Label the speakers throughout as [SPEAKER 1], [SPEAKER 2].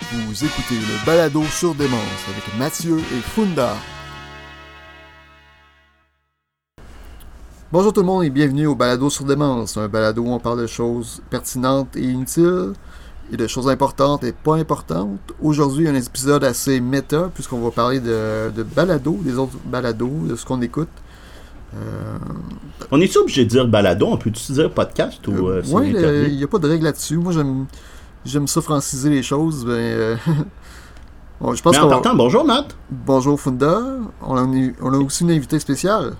[SPEAKER 1] Vous écoutez le balado sur Démence avec Mathieu et Funda. Bonjour tout le monde et bienvenue au balado sur Démence, un balado où on parle de choses pertinentes et inutiles et de choses importantes et pas importantes. Aujourd'hui, un épisode assez méta puisqu'on va parler de, de balado, des autres balados, de ce qu'on écoute. Euh,
[SPEAKER 2] On est-tu obligé de dire balado? On peut-tu dire podcast ou euh, sur
[SPEAKER 1] ouais, le-
[SPEAKER 2] Internet?
[SPEAKER 1] il n'y a pas de règle là-dessus. Moi, j'aime j'aime ça franciser les choses. Ben, euh, bon, je pense
[SPEAKER 2] Mais en
[SPEAKER 1] qu'on
[SPEAKER 2] partant, bonjour Matt.
[SPEAKER 1] Bonjour Funda. On a, une- on a aussi une invitée spéciale.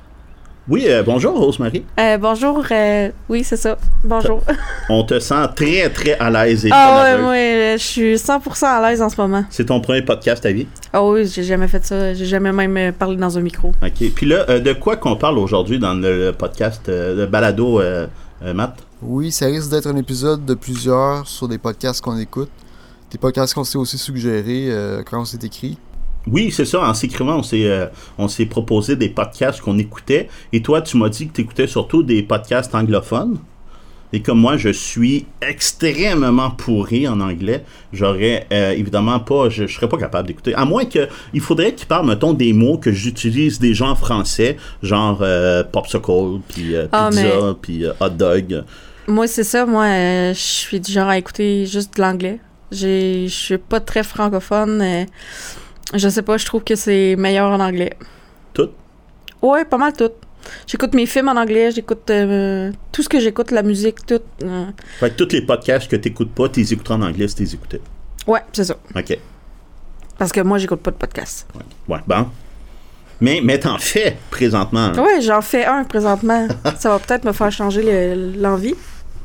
[SPEAKER 2] Oui, euh, bonjour Rosemary.
[SPEAKER 3] Euh, bonjour, euh, oui, c'est ça. Bonjour.
[SPEAKER 2] On te sent très très à l'aise et bien
[SPEAKER 3] Ah ouais,
[SPEAKER 2] nerveux.
[SPEAKER 3] moi, euh, je suis 100% à l'aise en ce moment.
[SPEAKER 2] C'est ton premier podcast à vie.
[SPEAKER 3] Ah oui, j'ai jamais fait ça. J'ai jamais même euh, parlé dans un micro.
[SPEAKER 2] OK. Puis là, euh, de quoi qu'on parle aujourd'hui dans le podcast, euh, le balado, euh, euh, Matt?
[SPEAKER 1] Oui, ça risque d'être un épisode de plusieurs sur des podcasts qu'on écoute. Des podcasts qu'on s'est aussi suggérés euh, quand on s'est écrit.
[SPEAKER 2] Oui, c'est ça. En s'écrivant, on s'est euh, on s'est proposé des podcasts qu'on écoutait. Et toi, tu m'as dit que tu écoutais surtout des podcasts anglophones. Et comme moi, je suis extrêmement pourri en anglais, j'aurais euh, évidemment pas, je, je serais pas capable d'écouter. À moins que, il faudrait qu'il parle, mettons, des mots que j'utilise déjà en français, genre euh, popsicle, puis euh,
[SPEAKER 3] Ah,
[SPEAKER 2] pizza,
[SPEAKER 3] mais-
[SPEAKER 2] puis euh, hot dog.
[SPEAKER 3] Moi, c'est ça. Moi, euh, je suis du genre à écouter juste de l'anglais. J'ai- Je suis pas très francophone. euh, je sais pas, je trouve que c'est meilleur en anglais.
[SPEAKER 2] Tout?
[SPEAKER 3] Ouais, pas mal tout. J'écoute mes films en anglais, j'écoute euh, tout ce que j'écoute, la musique, tout. euh.
[SPEAKER 2] Fait que tous les podcasts que t'écoutes pas, t'es écouteras en anglais si t'es écoutais.
[SPEAKER 3] Ouais, c'est ça.
[SPEAKER 2] OK.
[SPEAKER 3] Parce que moi, j'écoute pas de podcast.
[SPEAKER 2] Ouais, bon. Mais, mais t'en fais présentement. hein.
[SPEAKER 3] Ouais, j'en fais un présentement. Ça va peut-être me faire changer le- l'envie.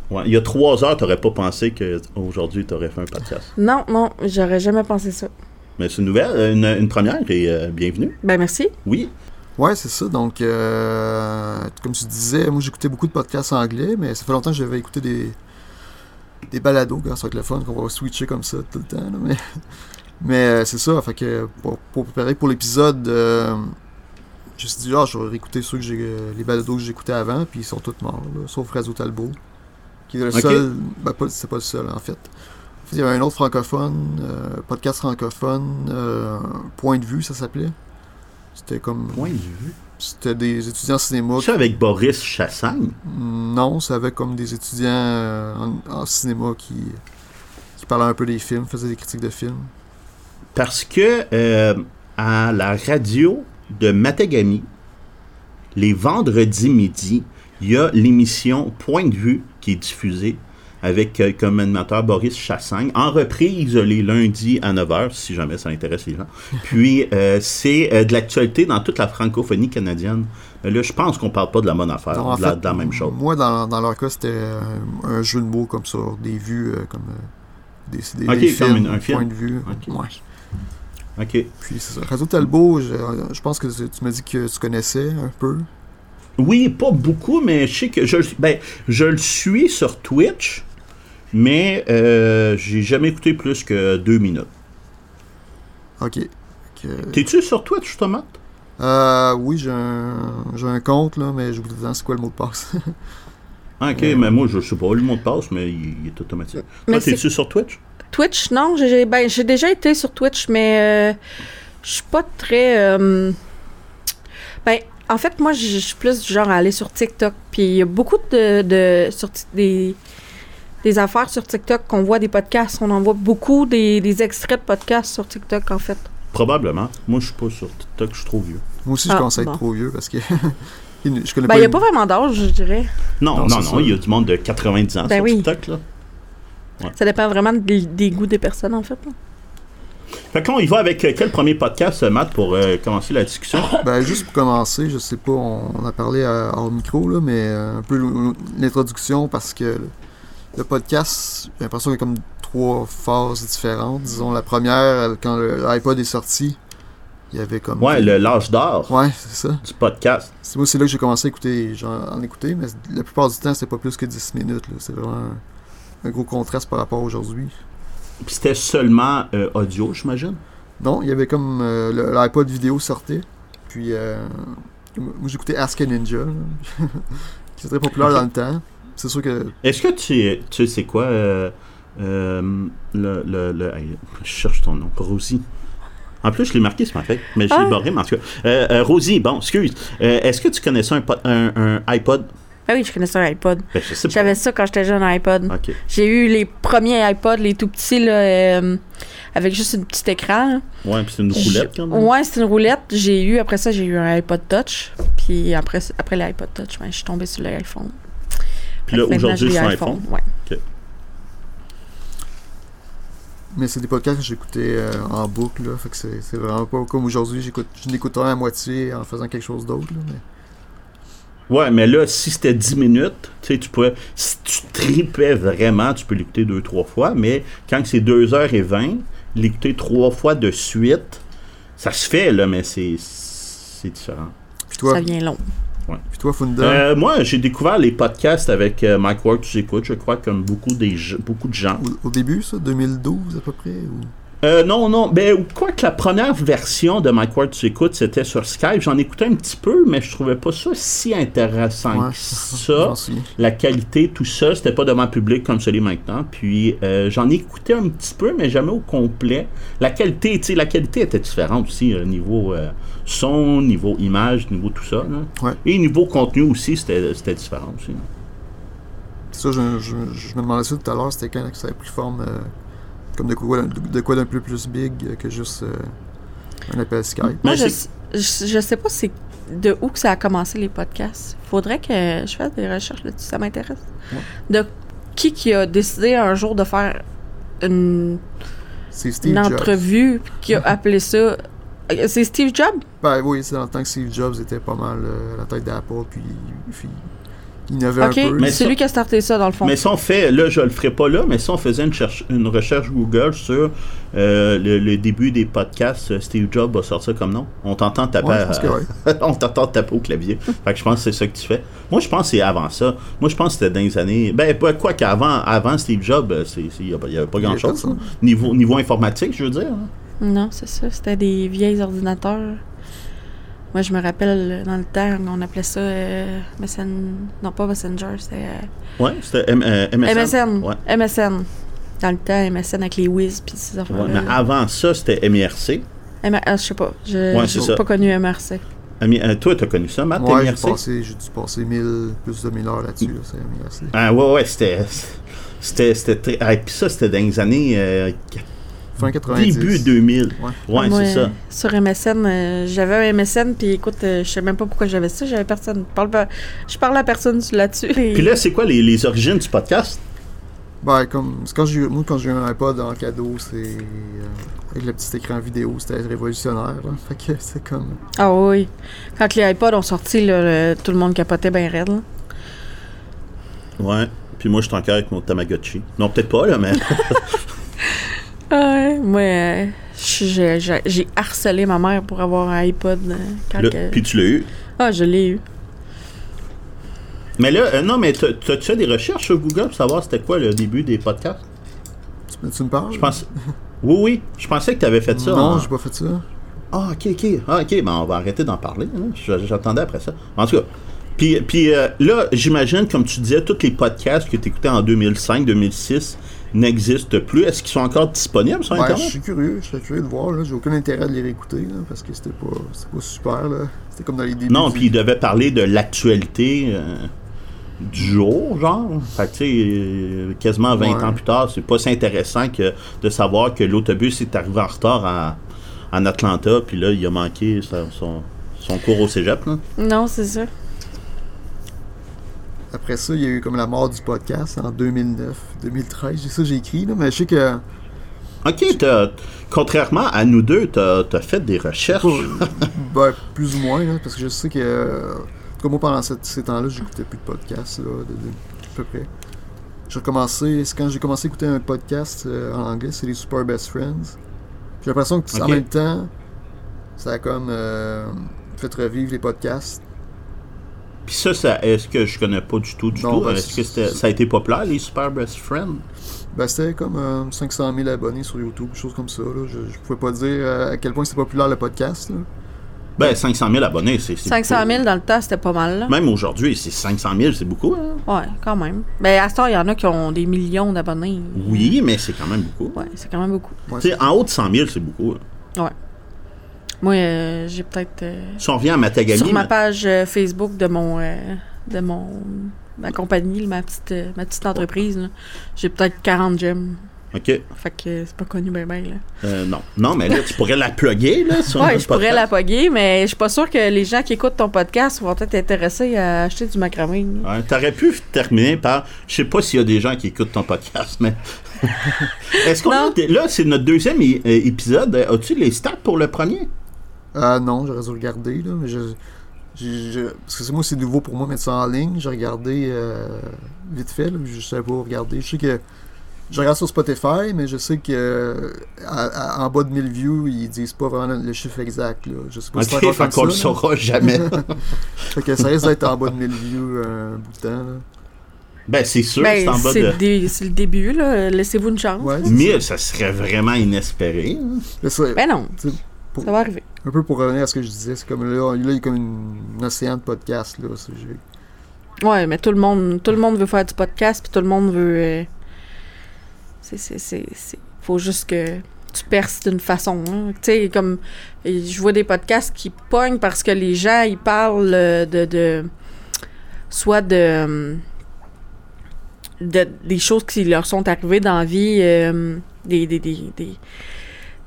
[SPEAKER 2] Ouais, Il y a trois heures, t'aurais pas pensé qu'aujourd'hui, t'aurais fait un podcast.
[SPEAKER 3] Non, non, j'aurais jamais pensé ça.
[SPEAKER 2] Mais c'est une nouvelle, une, une première, et euh, bienvenue.
[SPEAKER 3] Ben merci.
[SPEAKER 2] Oui.
[SPEAKER 1] Ouais, c'est ça. Donc, euh, comme tu disais, moi j'écoutais beaucoup de podcasts anglais, mais ça fait longtemps que j'avais écouté des, des balados grâce avec le fun qu'on va switcher comme ça tout le temps. là, mais mais euh, c'est ça. Fait que pour, pour préparer pour l'épisode, euh, je me suis dit, ah, je vais réécouter ceux que j'ai, euh, les balados que j'écoutais avant, puis ils sont tous morts, là, sauf Razo Talbot, qui est le
[SPEAKER 2] Ok.
[SPEAKER 1] seul. Ben, pas, c'est pas le seul en fait. En fait, Il y avait un autre francophone, euh, podcast francophone, euh, Point de vue, ça s'appelait. C'était comme.
[SPEAKER 2] Point de vue.
[SPEAKER 1] C'était des étudiants en cinéma.
[SPEAKER 2] C'est avec Boris Chassagne.
[SPEAKER 1] Non, ça avait comme des étudiants euh, en, en cinéma qui, qui parlaient un peu des films, faisaient des critiques de films.
[SPEAKER 2] Parce que euh, à la radio de Matagami, les vendredis midi, il y a l'émission Point de vue qui est diffusée avec euh, comme animateur Boris Chassagne, en reprise les lundis à 9h, si jamais ça intéresse les gens. Puis euh, c'est euh, de l'actualité dans toute la francophonie canadienne. Mais là, je pense qu'on parle pas de la bonne affaire,
[SPEAKER 1] Non, en
[SPEAKER 2] de, Euh, la,
[SPEAKER 1] fait,
[SPEAKER 2] de la même chose.
[SPEAKER 1] Moi, dans, dans leur cas, c'était euh, un jeu de mots comme ça, des vues euh, comme euh, des, des,
[SPEAKER 2] Ok,
[SPEAKER 1] des
[SPEAKER 2] comme
[SPEAKER 1] films,
[SPEAKER 2] une- un film.
[SPEAKER 1] point de vue.
[SPEAKER 2] Ok.
[SPEAKER 1] Ouais.
[SPEAKER 2] OK.
[SPEAKER 1] Puis c'est ça. Radio Talbot, je, je pense que tu tu m'as dit que tu connaissais un peu.
[SPEAKER 2] Oui, pas beaucoup, mais je sais que je, ben, je le suis sur Twitch, mais euh, j'ai jamais écouté plus que deux minutes.
[SPEAKER 1] Ok. Fait que-
[SPEAKER 2] T'es-tu sur Twitch, justement?
[SPEAKER 1] Euh, oui, j'ai un, j'ai un compte, là, mais je vous demande c'est quoi le mot de passe.
[SPEAKER 2] Ah, ok, mais moi, je sais pas, le mot de passe, mais il, il est automatique.
[SPEAKER 3] Euh. Mais
[SPEAKER 2] Toi,
[SPEAKER 3] c'est-
[SPEAKER 2] t'es-tu sur Twitch?
[SPEAKER 3] Twitch, non, j'ai- j'ai ben, j'ai déjà été sur Twitch, mais euh, je suis pas très. euh, ben, en fait, moi, je je suis plus du genre à aller sur TikTok. Puis il y a beaucoup de, de sur ti- des des affaires sur TikTok qu'on voit des podcasts, on en voit beaucoup des, des extraits de podcasts sur TikTok en fait.
[SPEAKER 2] Probablement. Moi, je suis pas sur TikTok, je suis trop vieux.
[SPEAKER 1] Moi aussi, je
[SPEAKER 3] Ah,
[SPEAKER 1] conseille
[SPEAKER 3] bon.
[SPEAKER 1] trop vieux parce que je connais
[SPEAKER 3] Ben il y a
[SPEAKER 1] une-
[SPEAKER 3] pas vraiment d'âge, je dirais.
[SPEAKER 2] Non,
[SPEAKER 1] Non,
[SPEAKER 2] non,
[SPEAKER 1] c'est
[SPEAKER 2] non,
[SPEAKER 1] ça.
[SPEAKER 2] il y a du monde de 90 ans
[SPEAKER 3] Ben
[SPEAKER 2] sur
[SPEAKER 3] oui.
[SPEAKER 2] TikTok, là.
[SPEAKER 3] Ça dépend vraiment des, des goûts des personnes en fait. là.
[SPEAKER 2] Fait qu'on y va avec euh, quel premier podcast, euh, Matt, pour euh, commencer la discussion?
[SPEAKER 1] Ben, juste pour commencer, je sais pas, on, on a parlé à- hors micro, là, mais euh, un peu l- l'introduction parce que le, le podcast, j'ai l'impression qu'il y a comme trois phases différentes. Disons, la première, euh, quand l'iPod est sorti, il y avait comme.
[SPEAKER 2] Ouais, le- l'âge d'or
[SPEAKER 1] Ouais, c'est ça.
[SPEAKER 2] du podcast.
[SPEAKER 1] C'est moi, c'est là que j'ai commencé à écouter, genre, en écouter, mais la plupart du temps, c'était pas plus que 10 minutes. là. C'est vraiment un, un gros contraste par rapport à aujourd'hui.
[SPEAKER 2] Puis c'était seulement euh, audio, j'imagine?
[SPEAKER 1] Non, il y avait comme euh, le- l'iPod vidéo sortait. Puis euh, moi j'écoutais Ask a Ninja, là, qui était très populaire dans le temps. C'est sûr que
[SPEAKER 2] Est-ce que tu, tu sais quoi, euh, Euh, le, le, le- hey, je cherche ton nom, Rosie. En plus, je l'ai marqué sur ma feuille, mais je l'ai
[SPEAKER 3] Ah.
[SPEAKER 2] barré, mais en tout cas. Euh, euh, Rosie, bon, excuse. Euh, Est-ce que tu connaissais un, po- un, un iPod?
[SPEAKER 3] Ah oui, je connaissais un iPod.
[SPEAKER 2] Ben, je sais pas.
[SPEAKER 3] J'avais ça quand j'étais jeune, un iPod.
[SPEAKER 2] OK.
[SPEAKER 3] J'ai eu les premiers iPods, les tout petits, là, euh, avec juste un petit écran. là.
[SPEAKER 2] Ouais, puis c'est une roulette,
[SPEAKER 3] Je-
[SPEAKER 2] quand même.
[SPEAKER 3] Ouais, c'était une roulette. J'ai eu, après ça, j'ai eu un iPod Touch. Puis après, après l'iPod Touch, ben, je suis tombée sur l'iPhone.
[SPEAKER 2] Puis là,
[SPEAKER 3] Fait que maintenant,
[SPEAKER 2] aujourd'hui,
[SPEAKER 3] j'ai
[SPEAKER 2] sur
[SPEAKER 3] eu
[SPEAKER 2] iPhone.
[SPEAKER 3] Ouais.
[SPEAKER 1] Mais c'est des podcasts que j'écoutais euh, en boucle, là. Fait que c'est c'est vraiment pas comme aujourd'hui, j'écoute, je n'écoute pas à moitié en faisant quelque chose d'autre, là, mais-
[SPEAKER 2] Ouais, mais là, si c'était 10 minutes, tu sais, tu pouvais. Si tu tripais vraiment, tu peux l'écouter deux, trois fois, mais quand c'est 2h20, l'écouter trois fois de suite, ça se fait, là, mais c'est. C'est différent.
[SPEAKER 1] Puis toi,
[SPEAKER 3] Ça vient long.
[SPEAKER 1] puis toi Funda,
[SPEAKER 2] Euh, moi, j'ai découvert les podcasts avec euh, Mike Ward, tu écoutes, je crois, comme beaucoup, des je- beaucoup de gens.
[SPEAKER 1] au, au début, ça, 2012 à peu près, ou...
[SPEAKER 2] Euh, non, non, ben, quoi que la première version de Mike Ward, tu écoutes, c'était sur Skype. J'en écoutais un petit peu, mais je trouvais pas ça si intéressant
[SPEAKER 1] Ouais.
[SPEAKER 2] que
[SPEAKER 1] je
[SPEAKER 2] ça.
[SPEAKER 1] m'en souviens.
[SPEAKER 2] la qualité, tout ça, c'était pas devant public comme celui maintenant. Puis euh, j'en écoutais un petit peu, mais jamais au complet. La qualité, tu sais, la qualité était différente aussi euh, niveau euh, son, niveau image, niveau tout ça. là.
[SPEAKER 1] Ouais.
[SPEAKER 2] Et niveau contenu aussi, c'était c'était différent aussi. là.
[SPEAKER 1] Ça, je, je- je me demandais ça tout à l'heure, c'était quand que ça a pris forme, euh, comme de quoi, de quoi d'un peu plus big euh, que juste euh, un appel Skype.
[SPEAKER 2] Mais
[SPEAKER 3] Moi, je,
[SPEAKER 2] c'est-
[SPEAKER 3] s- je, je sais pas c'est de où que ça a commencé les podcasts. Faudrait que je fasse des recherches là-dessus, ça m'intéresse. De qui qui a décidé un jour de faire une,
[SPEAKER 1] C'est Steve
[SPEAKER 3] une
[SPEAKER 1] Jobs.
[SPEAKER 3] entrevue puis qui a appelé ça. Euh, C'est Steve Jobs?
[SPEAKER 1] Ben oui, c'est dans le temps que Steve Jobs était pas mal euh, à la tête d'Apple, puis, puis il innovait
[SPEAKER 3] Ok,
[SPEAKER 1] un peu.
[SPEAKER 2] Mais
[SPEAKER 3] c'est
[SPEAKER 2] ça-
[SPEAKER 3] lui qui a starté ça dans le fond.
[SPEAKER 2] Mais si on fait, là, je le ferai pas là, mais si on faisait une, cherche- une recherche Google sur euh, le, le début des podcasts, euh, Steve Jobs va sortir comme nom. On t'entend taper,
[SPEAKER 1] Ouais, je pense
[SPEAKER 2] à-
[SPEAKER 1] que ouais.
[SPEAKER 2] on t'entend taper au clavier. fait que je pense que c'est ça que tu fais. Moi, je pense que c'est avant ça. Moi, je pense que c'était dans les années. Ben, pas- quoi qu'avant, avant Steve Jobs, euh, c'est- c'est- il n'y avait pas
[SPEAKER 1] Il y avait
[SPEAKER 2] grand-chose.
[SPEAKER 1] personne.
[SPEAKER 2] hein. Niveau, niveau informatique, je veux dire. hein.
[SPEAKER 3] Non, c'est ça, c'était des vieilles ordinateurs. Moi, je me rappelle dans le temps, on appelait ça euh, MSN. Non, pas Messenger, c'était. euh,
[SPEAKER 2] Ouais, c'était M- euh, MSN.
[SPEAKER 3] MSN.
[SPEAKER 2] Ouais.
[SPEAKER 3] MSN. Dans le temps, MSN avec les whiz puis ces
[SPEAKER 2] Ouais, mais
[SPEAKER 3] affaires-là.
[SPEAKER 2] avant ça, c'était E MRC.
[SPEAKER 3] M- ah, je sais pas. Je
[SPEAKER 2] Ouais, c'est
[SPEAKER 3] j'ai
[SPEAKER 2] ça.
[SPEAKER 3] pas connu MRC.
[SPEAKER 2] Ami- euh, toi, t'as connu ça, Matt, E
[SPEAKER 1] Ouais, j'ai
[SPEAKER 2] MRC?
[SPEAKER 1] passé, j'ai dû passer 1000, plus de 1000 heures là-dessus, là, c'est MRC.
[SPEAKER 2] Ah, ouais, ouais, c'était. C'était. c'était très- ah, puis ça, c'était dans les années. euh,
[SPEAKER 1] Fin 90.
[SPEAKER 2] début 2000.
[SPEAKER 1] Ouais.
[SPEAKER 2] Ouais,
[SPEAKER 3] Moi,
[SPEAKER 2] c'est
[SPEAKER 3] euh,
[SPEAKER 2] ça.
[SPEAKER 3] Sur MSN, euh, j'avais un MSN, puis écoute, euh, je sais même pas pourquoi j'avais ça, j'avais personne. Je parle, pas- je parle à personne là-dessus.
[SPEAKER 2] Puis là, c'est quoi les, les origines du podcast?
[SPEAKER 1] Ben, comme, c'est quand j'ai eu, moi, quand j'ai eu un iPod en cadeau, c'est. euh, avec le petit écran vidéo, c'était révolutionnaire, là. Fait que c'est comme.
[SPEAKER 3] Ah oui. Quand les iPods ont sorti, là, le- tout le monde capotait bien raide. là.
[SPEAKER 2] Ouais. Puis moi, je suis encore avec mon Tamagotchi. Non, peut-être pas, là, mais.
[SPEAKER 3] Ouais, moi, euh, j'ai j'ai- j'ai harcelé ma mère pour avoir un iPod. euh, quand
[SPEAKER 2] là,
[SPEAKER 3] que-
[SPEAKER 2] puis tu l'as eu.
[SPEAKER 3] Ah, je l'ai eu.
[SPEAKER 2] Mais là, euh, non, mais t'as- t'as-tu fait des recherches sur Google pour savoir c'était quoi le début des podcasts?
[SPEAKER 1] Tu, tu me parles?
[SPEAKER 2] Je pense. Oui, oui. Je pensais que t'avais fait ça. hein.
[SPEAKER 1] Non,
[SPEAKER 2] en-
[SPEAKER 1] j'ai pas fait ça.
[SPEAKER 2] Ah, ok, ok. Ah, ok, ben on va arrêter d'en parler. hein. Je- J'attendais après ça. En tout cas. Puis, puis euh, là, j'imagine, comme tu disais, tous les podcasts que tu écoutais en 2005, 2006 n'existent plus. Est-ce qu'ils sont encore disponibles sur
[SPEAKER 1] Ben, je
[SPEAKER 2] Internet?
[SPEAKER 1] suis curieux, je suis curieux de voir, là. J'ai aucun intérêt de les réécouter, là, parce que c'était pas, c'était pas super, là. C'était comme dans les débuts.
[SPEAKER 2] Non,
[SPEAKER 1] du-
[SPEAKER 2] puis ils devaient parler de l'actualité euh, du jour, genre. Fait que, tu sais, euh, quasiment 20
[SPEAKER 1] Ouais.
[SPEAKER 2] ans plus tard, c'est pas si intéressant que de savoir que l'autobus est arrivé en retard à- en Atlanta, puis là, il a manqué sa- son, son cours au cégep, là.
[SPEAKER 3] Non, c'est ça.
[SPEAKER 1] Après ça, il y a eu comme la mort du podcast en 2009, 2013. J'ai ça, j'ai écrit, là, mais je sais que.
[SPEAKER 2] Ok, t'as- contrairement à nous deux, t'as as fait des recherches.
[SPEAKER 1] ben, plus ou moins, là, parce que je sais que. euh, En tout cas, moi, pendant cette- ces temps-là, j'écoutais plus de podcasts, là, de, de- à peu près. J'ai recommencé, c'est quand j'ai commencé à écouter un podcast euh, en anglais, c'est les Super Best Friends. J'ai l'impression que en
[SPEAKER 2] Ok.
[SPEAKER 1] même temps, ça a comme euh, fait revivre les podcasts.
[SPEAKER 2] Puis ça, ça est-ce que je connais pas du tout, du
[SPEAKER 1] Non,
[SPEAKER 2] tout.
[SPEAKER 1] ben,
[SPEAKER 2] est-ce que
[SPEAKER 1] c'est-
[SPEAKER 2] c'était- ça a été populaire, les Super Best Friends?
[SPEAKER 1] Ben, c'était comme euh, 500 000 abonnés sur YouTube, quelque chose comme ça. Là. Je, je pouvais pas dire euh, à quel point c'était populaire le podcast. là.
[SPEAKER 2] Ben, 500 000 abonnés, c'est. c'est
[SPEAKER 3] 500
[SPEAKER 2] beaucoup.
[SPEAKER 3] 000 dans le temps, c'était pas mal. Là.
[SPEAKER 2] Même aujourd'hui, c'est 500 000, c'est beaucoup. hein.
[SPEAKER 3] Ouais, quand même. Mais à ce temps, il y en a qui ont des millions d'abonnés.
[SPEAKER 2] Oui, mais c'est quand même beaucoup.
[SPEAKER 3] Ouais, c'est quand même beaucoup.
[SPEAKER 2] Tu sais, en haut de 100 000, c'est beaucoup. hein.
[SPEAKER 3] Ouais. Moi, euh, j'ai peut-être. euh,
[SPEAKER 2] Si on revient à Matagami,
[SPEAKER 3] sur ma
[SPEAKER 2] ma-
[SPEAKER 3] page euh, Facebook de mon. euh, de mon. ma compagnie, là, ma petite, euh, ma petite entreprise, là, j'ai peut-être 40 j'aime.
[SPEAKER 2] OK.
[SPEAKER 3] Fait que c'est pas connu ben ben, là.
[SPEAKER 2] Euh, non. non, mais là, tu pourrais la plugger, là, sur
[SPEAKER 3] Ouais,
[SPEAKER 2] notre
[SPEAKER 3] je pourrais
[SPEAKER 2] podcast.
[SPEAKER 3] la pogger, mais je suis pas sûre que les gens qui écoutent ton podcast vont être intéressés à acheter du macramé. là.
[SPEAKER 2] Ouais, Hein, T'aurais pu terminer par. Je sais pas s'il y a des gens qui écoutent ton podcast, mais. Est-ce qu'on.
[SPEAKER 3] Non.
[SPEAKER 2] a des- Là, c'est notre deuxième é- euh, épisode. Euh, As-tu les stats pour le premier
[SPEAKER 1] Ah non, j'aurais dû regarder, là, mais je. j'ai- je- parce que c'est moi, c'est nouveau pour moi mettre ça en ligne. J'ai regardé euh, vite fait, là, je savais pas regarder. Je sais que. Je regarde sur Spotify, mais je sais que euh, à- à- en bas de 1000 views, ils disent pas vraiment le chiffre exact. Là. Je sais pas
[SPEAKER 2] Ok,
[SPEAKER 1] c'est encore
[SPEAKER 2] fait
[SPEAKER 1] comme
[SPEAKER 2] qu'on le
[SPEAKER 1] ça, là.
[SPEAKER 2] saura jamais.
[SPEAKER 1] Fait que ça risque d'être en bas de 1000 views euh, un bout de temps. là.
[SPEAKER 2] ben, c'est sûr,
[SPEAKER 3] Ben,
[SPEAKER 2] c'est en bas
[SPEAKER 3] c'est
[SPEAKER 2] de.
[SPEAKER 3] le dé- c'est le début, là. Laissez-vous une chance.
[SPEAKER 1] Ouais, c'est
[SPEAKER 2] 1000, ça serait vraiment inespéré. hein.
[SPEAKER 1] Mais ça-
[SPEAKER 3] Ben non,
[SPEAKER 1] C'est pour-
[SPEAKER 3] ça va arriver.
[SPEAKER 1] Un peu pour revenir à ce que je disais, c'est comme là, là, il y a comme une- un océan de podcasts. Là, C'est- j'ai-
[SPEAKER 3] Ouais, mais tout le monde, tout le monde veut faire du podcast, puis tout le monde veut. euh, c'est, c'est, c'est, c'est- faut juste que tu perces d'une façon. hein. Tu sais, comme et je vois des podcasts qui pognent parce que les gens ils parlent euh, de, de soit de, euh, de des choses qui leur sont arrivées dans la vie, euh, des, des, des, des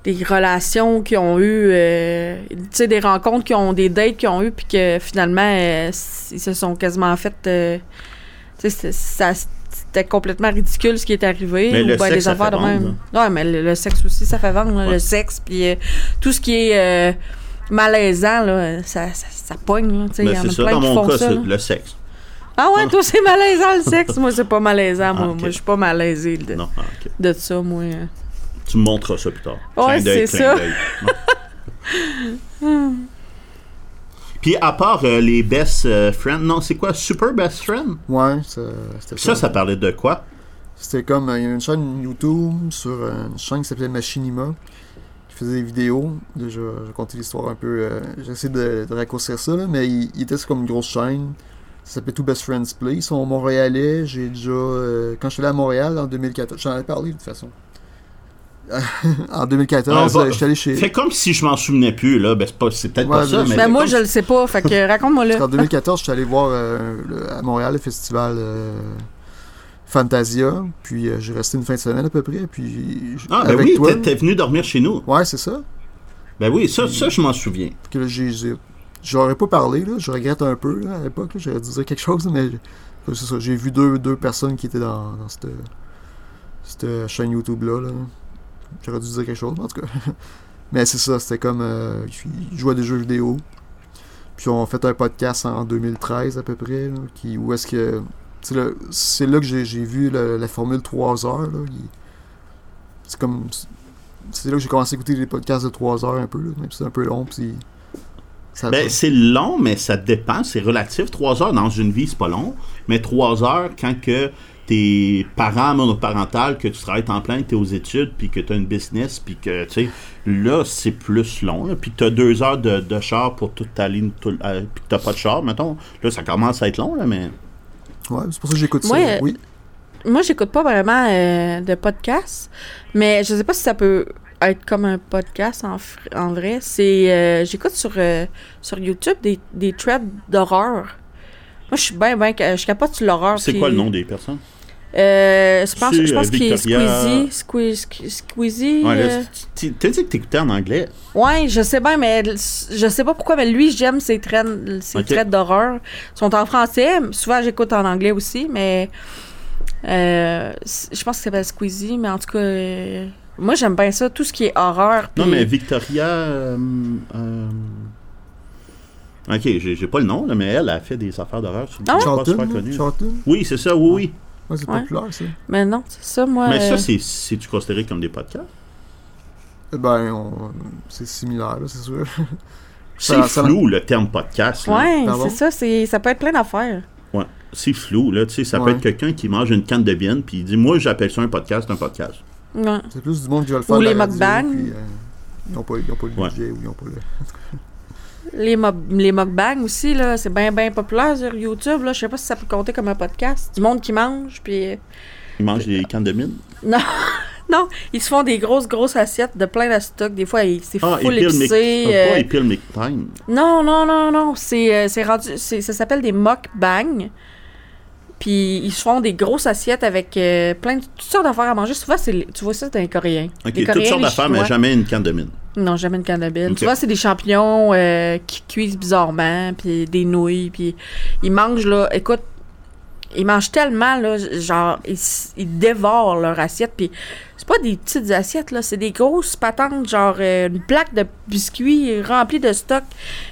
[SPEAKER 3] des relations qui ont eu, euh, tu sais, des rencontres qui ont, des dates qui ont eu, puis que finalement, euh, s- ils se sont quasiment fait, euh, tu sais, c'est- ça- c'était complètement ridicule ce qui est arrivé.
[SPEAKER 2] Mais le
[SPEAKER 3] ben,
[SPEAKER 2] sexe,
[SPEAKER 3] des
[SPEAKER 2] ça
[SPEAKER 3] affaires
[SPEAKER 2] fait
[SPEAKER 3] de même.
[SPEAKER 2] vendre,
[SPEAKER 3] Ouais, mais le, le sexe aussi, ça fait vendre, là,
[SPEAKER 2] Ouais.
[SPEAKER 3] le sexe, puis euh, tout ce qui est euh, malaisant, là, ça, ça, ça pogne, là, tu sais, il
[SPEAKER 2] Ben,
[SPEAKER 3] y en a
[SPEAKER 2] c'est ça,
[SPEAKER 3] plein
[SPEAKER 2] dans
[SPEAKER 3] qui
[SPEAKER 2] mon
[SPEAKER 3] font
[SPEAKER 2] cas,
[SPEAKER 3] ça.
[SPEAKER 2] c'est
[SPEAKER 3] là.
[SPEAKER 2] le sexe.
[SPEAKER 3] Ah ouais, toi, c'est malaisant, le sexe. Moi, c'est pas malaisant, moi.
[SPEAKER 2] Ah, ok.
[SPEAKER 3] Moi, je suis pas malaisée de,
[SPEAKER 2] Non, ah, ok.
[SPEAKER 3] de ça, moi.
[SPEAKER 2] Tu me montres ça plus tard.
[SPEAKER 3] Ouais,
[SPEAKER 2] Clin d'œil,
[SPEAKER 3] c'est
[SPEAKER 2] clin
[SPEAKER 3] ça.
[SPEAKER 2] d'œil. Non. Puis à part euh, les best euh, friends, non, c'est quoi Super best friend
[SPEAKER 1] Ouais, ça- c'était
[SPEAKER 2] Ça, ça parlait de quoi
[SPEAKER 1] C'était comme, euh, il y a une chaîne YouTube sur euh, une chaîne qui s'appelait Machinima, qui faisait des vidéos. Là, je vais je vais raconter l'histoire un peu, euh, j'essaie de, de raccourcir ça, là, mais il, il était sur comme une grosse chaîne. Ça s'appelait Two Best Friends Play. Ils sont montréalais. J'ai déjà, euh, quand je suis allé à Montréal en 2014, j'en avais parlé de toute façon. en 2014,
[SPEAKER 2] Ah, bah,
[SPEAKER 1] euh, je suis allé chez...
[SPEAKER 2] C'est comme si je m'en souvenais plus là, ben c'est pas, c'est peut-être
[SPEAKER 1] Ouais,
[SPEAKER 2] pas ça,
[SPEAKER 1] je-
[SPEAKER 2] mais
[SPEAKER 3] Mais
[SPEAKER 2] c'est
[SPEAKER 3] moi,
[SPEAKER 2] comme-
[SPEAKER 3] je le sais pas. Fait que raconte-moi
[SPEAKER 1] Parce
[SPEAKER 3] là.
[SPEAKER 1] qu'en 2014, je suis allé voir euh, le- à Montréal le festival euh, Fantasia, puis euh, j'ai resté une fin de semaine à peu près, puis j-
[SPEAKER 2] Ah ben
[SPEAKER 1] avec
[SPEAKER 2] oui,
[SPEAKER 1] toi.
[SPEAKER 2] t'es- t'es venu dormir chez nous.
[SPEAKER 1] Ouais, c'est ça.
[SPEAKER 2] Ben oui, ça, ça je m'en souviens.
[SPEAKER 1] Que là, j'ai, j'ai- j'aurais pas parlé, là, je regrette un peu là, à l'époque, là, j'aurais dû dire quelque chose, mais comme c'est ça, j'ai vu deux, deux personnes qui étaient dans, dans cette, cette chaîne YouTube là, là. J'aurais dû dire quelque chose, en tout cas. mais c'est ça, c'était comme euh, ils jouaient à des jeux vidéo. Puis on fait un podcast en 2013 à peu près, là, qui, où est-ce que. tu sais, le- c'est là que j'ai, j'ai vu le- la formule 3 heures. Là, qui- c'est comme. C'est là que j'ai commencé à écouter les podcasts de 3 heures un peu, là, même si c'est un peu long. Puis ça,
[SPEAKER 2] Ben c'est long, mais ça dépend, c'est relatif. Trois heures dans une vie, c'est pas long, mais trois heures quand que t'es parent monoparental, que tu travailles en plein, que t'es aux études, puis que t'as une business, puis que, tu sais, là, c'est plus long. là. Puis t'as deux heures de, de char pour toute ta ligne, tout- euh, puis que t'as pas de char, mettons. Là, ça commence à être long, là, mais...
[SPEAKER 1] ouais, c'est pour ça que j'écoute
[SPEAKER 3] Moi,
[SPEAKER 1] ça.
[SPEAKER 3] euh,
[SPEAKER 1] Oui.
[SPEAKER 3] Moi, j'écoute pas vraiment euh, de podcast, mais je sais pas si ça peut être comme un podcast en, fr- en vrai. C'est euh, j'écoute sur euh, sur YouTube des des threads d'horreur. Moi, je suis bien ben ca- je capote sur l'horreur.
[SPEAKER 2] C'est
[SPEAKER 3] puis-
[SPEAKER 2] quoi le nom des personnes?
[SPEAKER 3] Euh, je pense
[SPEAKER 2] C'est,
[SPEAKER 3] je
[SPEAKER 2] euh,
[SPEAKER 3] pense qu'il est
[SPEAKER 2] Victoria-
[SPEAKER 3] Squeezie, Squeeze- Squeezie,
[SPEAKER 2] Ouais, là,
[SPEAKER 3] euh,
[SPEAKER 2] tu- tu- T'as dit que t'écoutais en anglais.
[SPEAKER 3] Ouais, je sais bien, mais l- je sais pas pourquoi, mais lui, j'aime ses traits, ses
[SPEAKER 2] Ok.
[SPEAKER 3] traits d'horreur. Ils sont en français. Souvent, j'écoute en anglais aussi, mais euh, c- je pense que ça s'appelle Squeezie, mais en tout cas, euh, moi, j'aime bien ça, tout ce qui est horreur.
[SPEAKER 2] Non,
[SPEAKER 3] puis-
[SPEAKER 2] mais Victoria... euh, euh, Ok, j'ai j'ai pas le nom, là, mais elle a fait des affaires d'horreur. sur des
[SPEAKER 3] Ah ouais?
[SPEAKER 2] podcasts
[SPEAKER 1] Charlton,
[SPEAKER 2] super connus.
[SPEAKER 1] Charlton?
[SPEAKER 2] Oui, c'est ça, oui, oui.
[SPEAKER 1] Ouais, c'est
[SPEAKER 3] Ouais.
[SPEAKER 1] populaire ça.
[SPEAKER 3] mais non, c'est ça, moi.
[SPEAKER 2] Mais
[SPEAKER 3] euh,
[SPEAKER 2] ça, c'est- c'est-tu considéré comme des podcasts?
[SPEAKER 1] Eh Ben, on- c'est similaire, là, c'est sûr.
[SPEAKER 2] C'est
[SPEAKER 1] Ça- ça-
[SPEAKER 2] flou, le terme podcast. là.
[SPEAKER 3] Ouais,
[SPEAKER 1] Pardon?
[SPEAKER 3] c'est ça, c'est- ça peut être plein d'affaires.
[SPEAKER 2] Ouais. C'est flou, là. Tu sais, ça peut
[SPEAKER 1] Ouais.
[SPEAKER 2] être quelqu'un qui mange une canne de bienne puis il dit Moi, j'appelle ça un podcast, un podcast.
[SPEAKER 3] Ouais.
[SPEAKER 1] C'est plus du monde qui va le faire.
[SPEAKER 3] Ou
[SPEAKER 1] à la
[SPEAKER 3] les
[SPEAKER 1] radio,
[SPEAKER 3] mukbangs.
[SPEAKER 1] puis, euh, Ils n'ont pas, ils ont pas le
[SPEAKER 2] Ouais.
[SPEAKER 1] budget ou ils n'ont pas le.
[SPEAKER 3] Les, mo- les mukbangs aussi, là, c'est bien, bien populaire sur YouTube. Là. Je sais pas si ça peut compter comme un podcast. Du monde qui mange, puis...
[SPEAKER 2] Ils mangent des cannes de mine.
[SPEAKER 3] Non, non, ils se font des grosses, grosses assiettes de plein de stock. Des fois, ils- c'est
[SPEAKER 2] Ah,
[SPEAKER 3] full
[SPEAKER 2] Epil Mc-
[SPEAKER 3] épicé.
[SPEAKER 2] ah,
[SPEAKER 3] euh,
[SPEAKER 2] Pas Epil McTime.
[SPEAKER 3] Non, non, non, non. C'est, euh, c'est rendu, c'est- ça s'appelle des mukbangs. Puis ils se font des grosses assiettes avec euh, plein de toutes sortes d'affaires à manger. Souvent, c'est, les- tu vois ça, c'est un Coréen.
[SPEAKER 2] Ok,
[SPEAKER 3] les Coréens,
[SPEAKER 2] toutes sortes
[SPEAKER 3] les
[SPEAKER 2] d'affaires, mais
[SPEAKER 3] Chinois.
[SPEAKER 2] jamais une canne de mine.
[SPEAKER 3] Non, jamais une cannabis.
[SPEAKER 2] Ok.
[SPEAKER 3] Tu vois, c'est des champignons euh, qui cuisent bizarrement, puis des nouilles, puis ils mangent, là, écoute, ils mangent tellement, là, genre, ils, s- ils dévorent leur assiette, puis c'est pas des petites assiettes, là, c'est des grosses patentes, genre euh, une plaque de biscuits remplie de stock,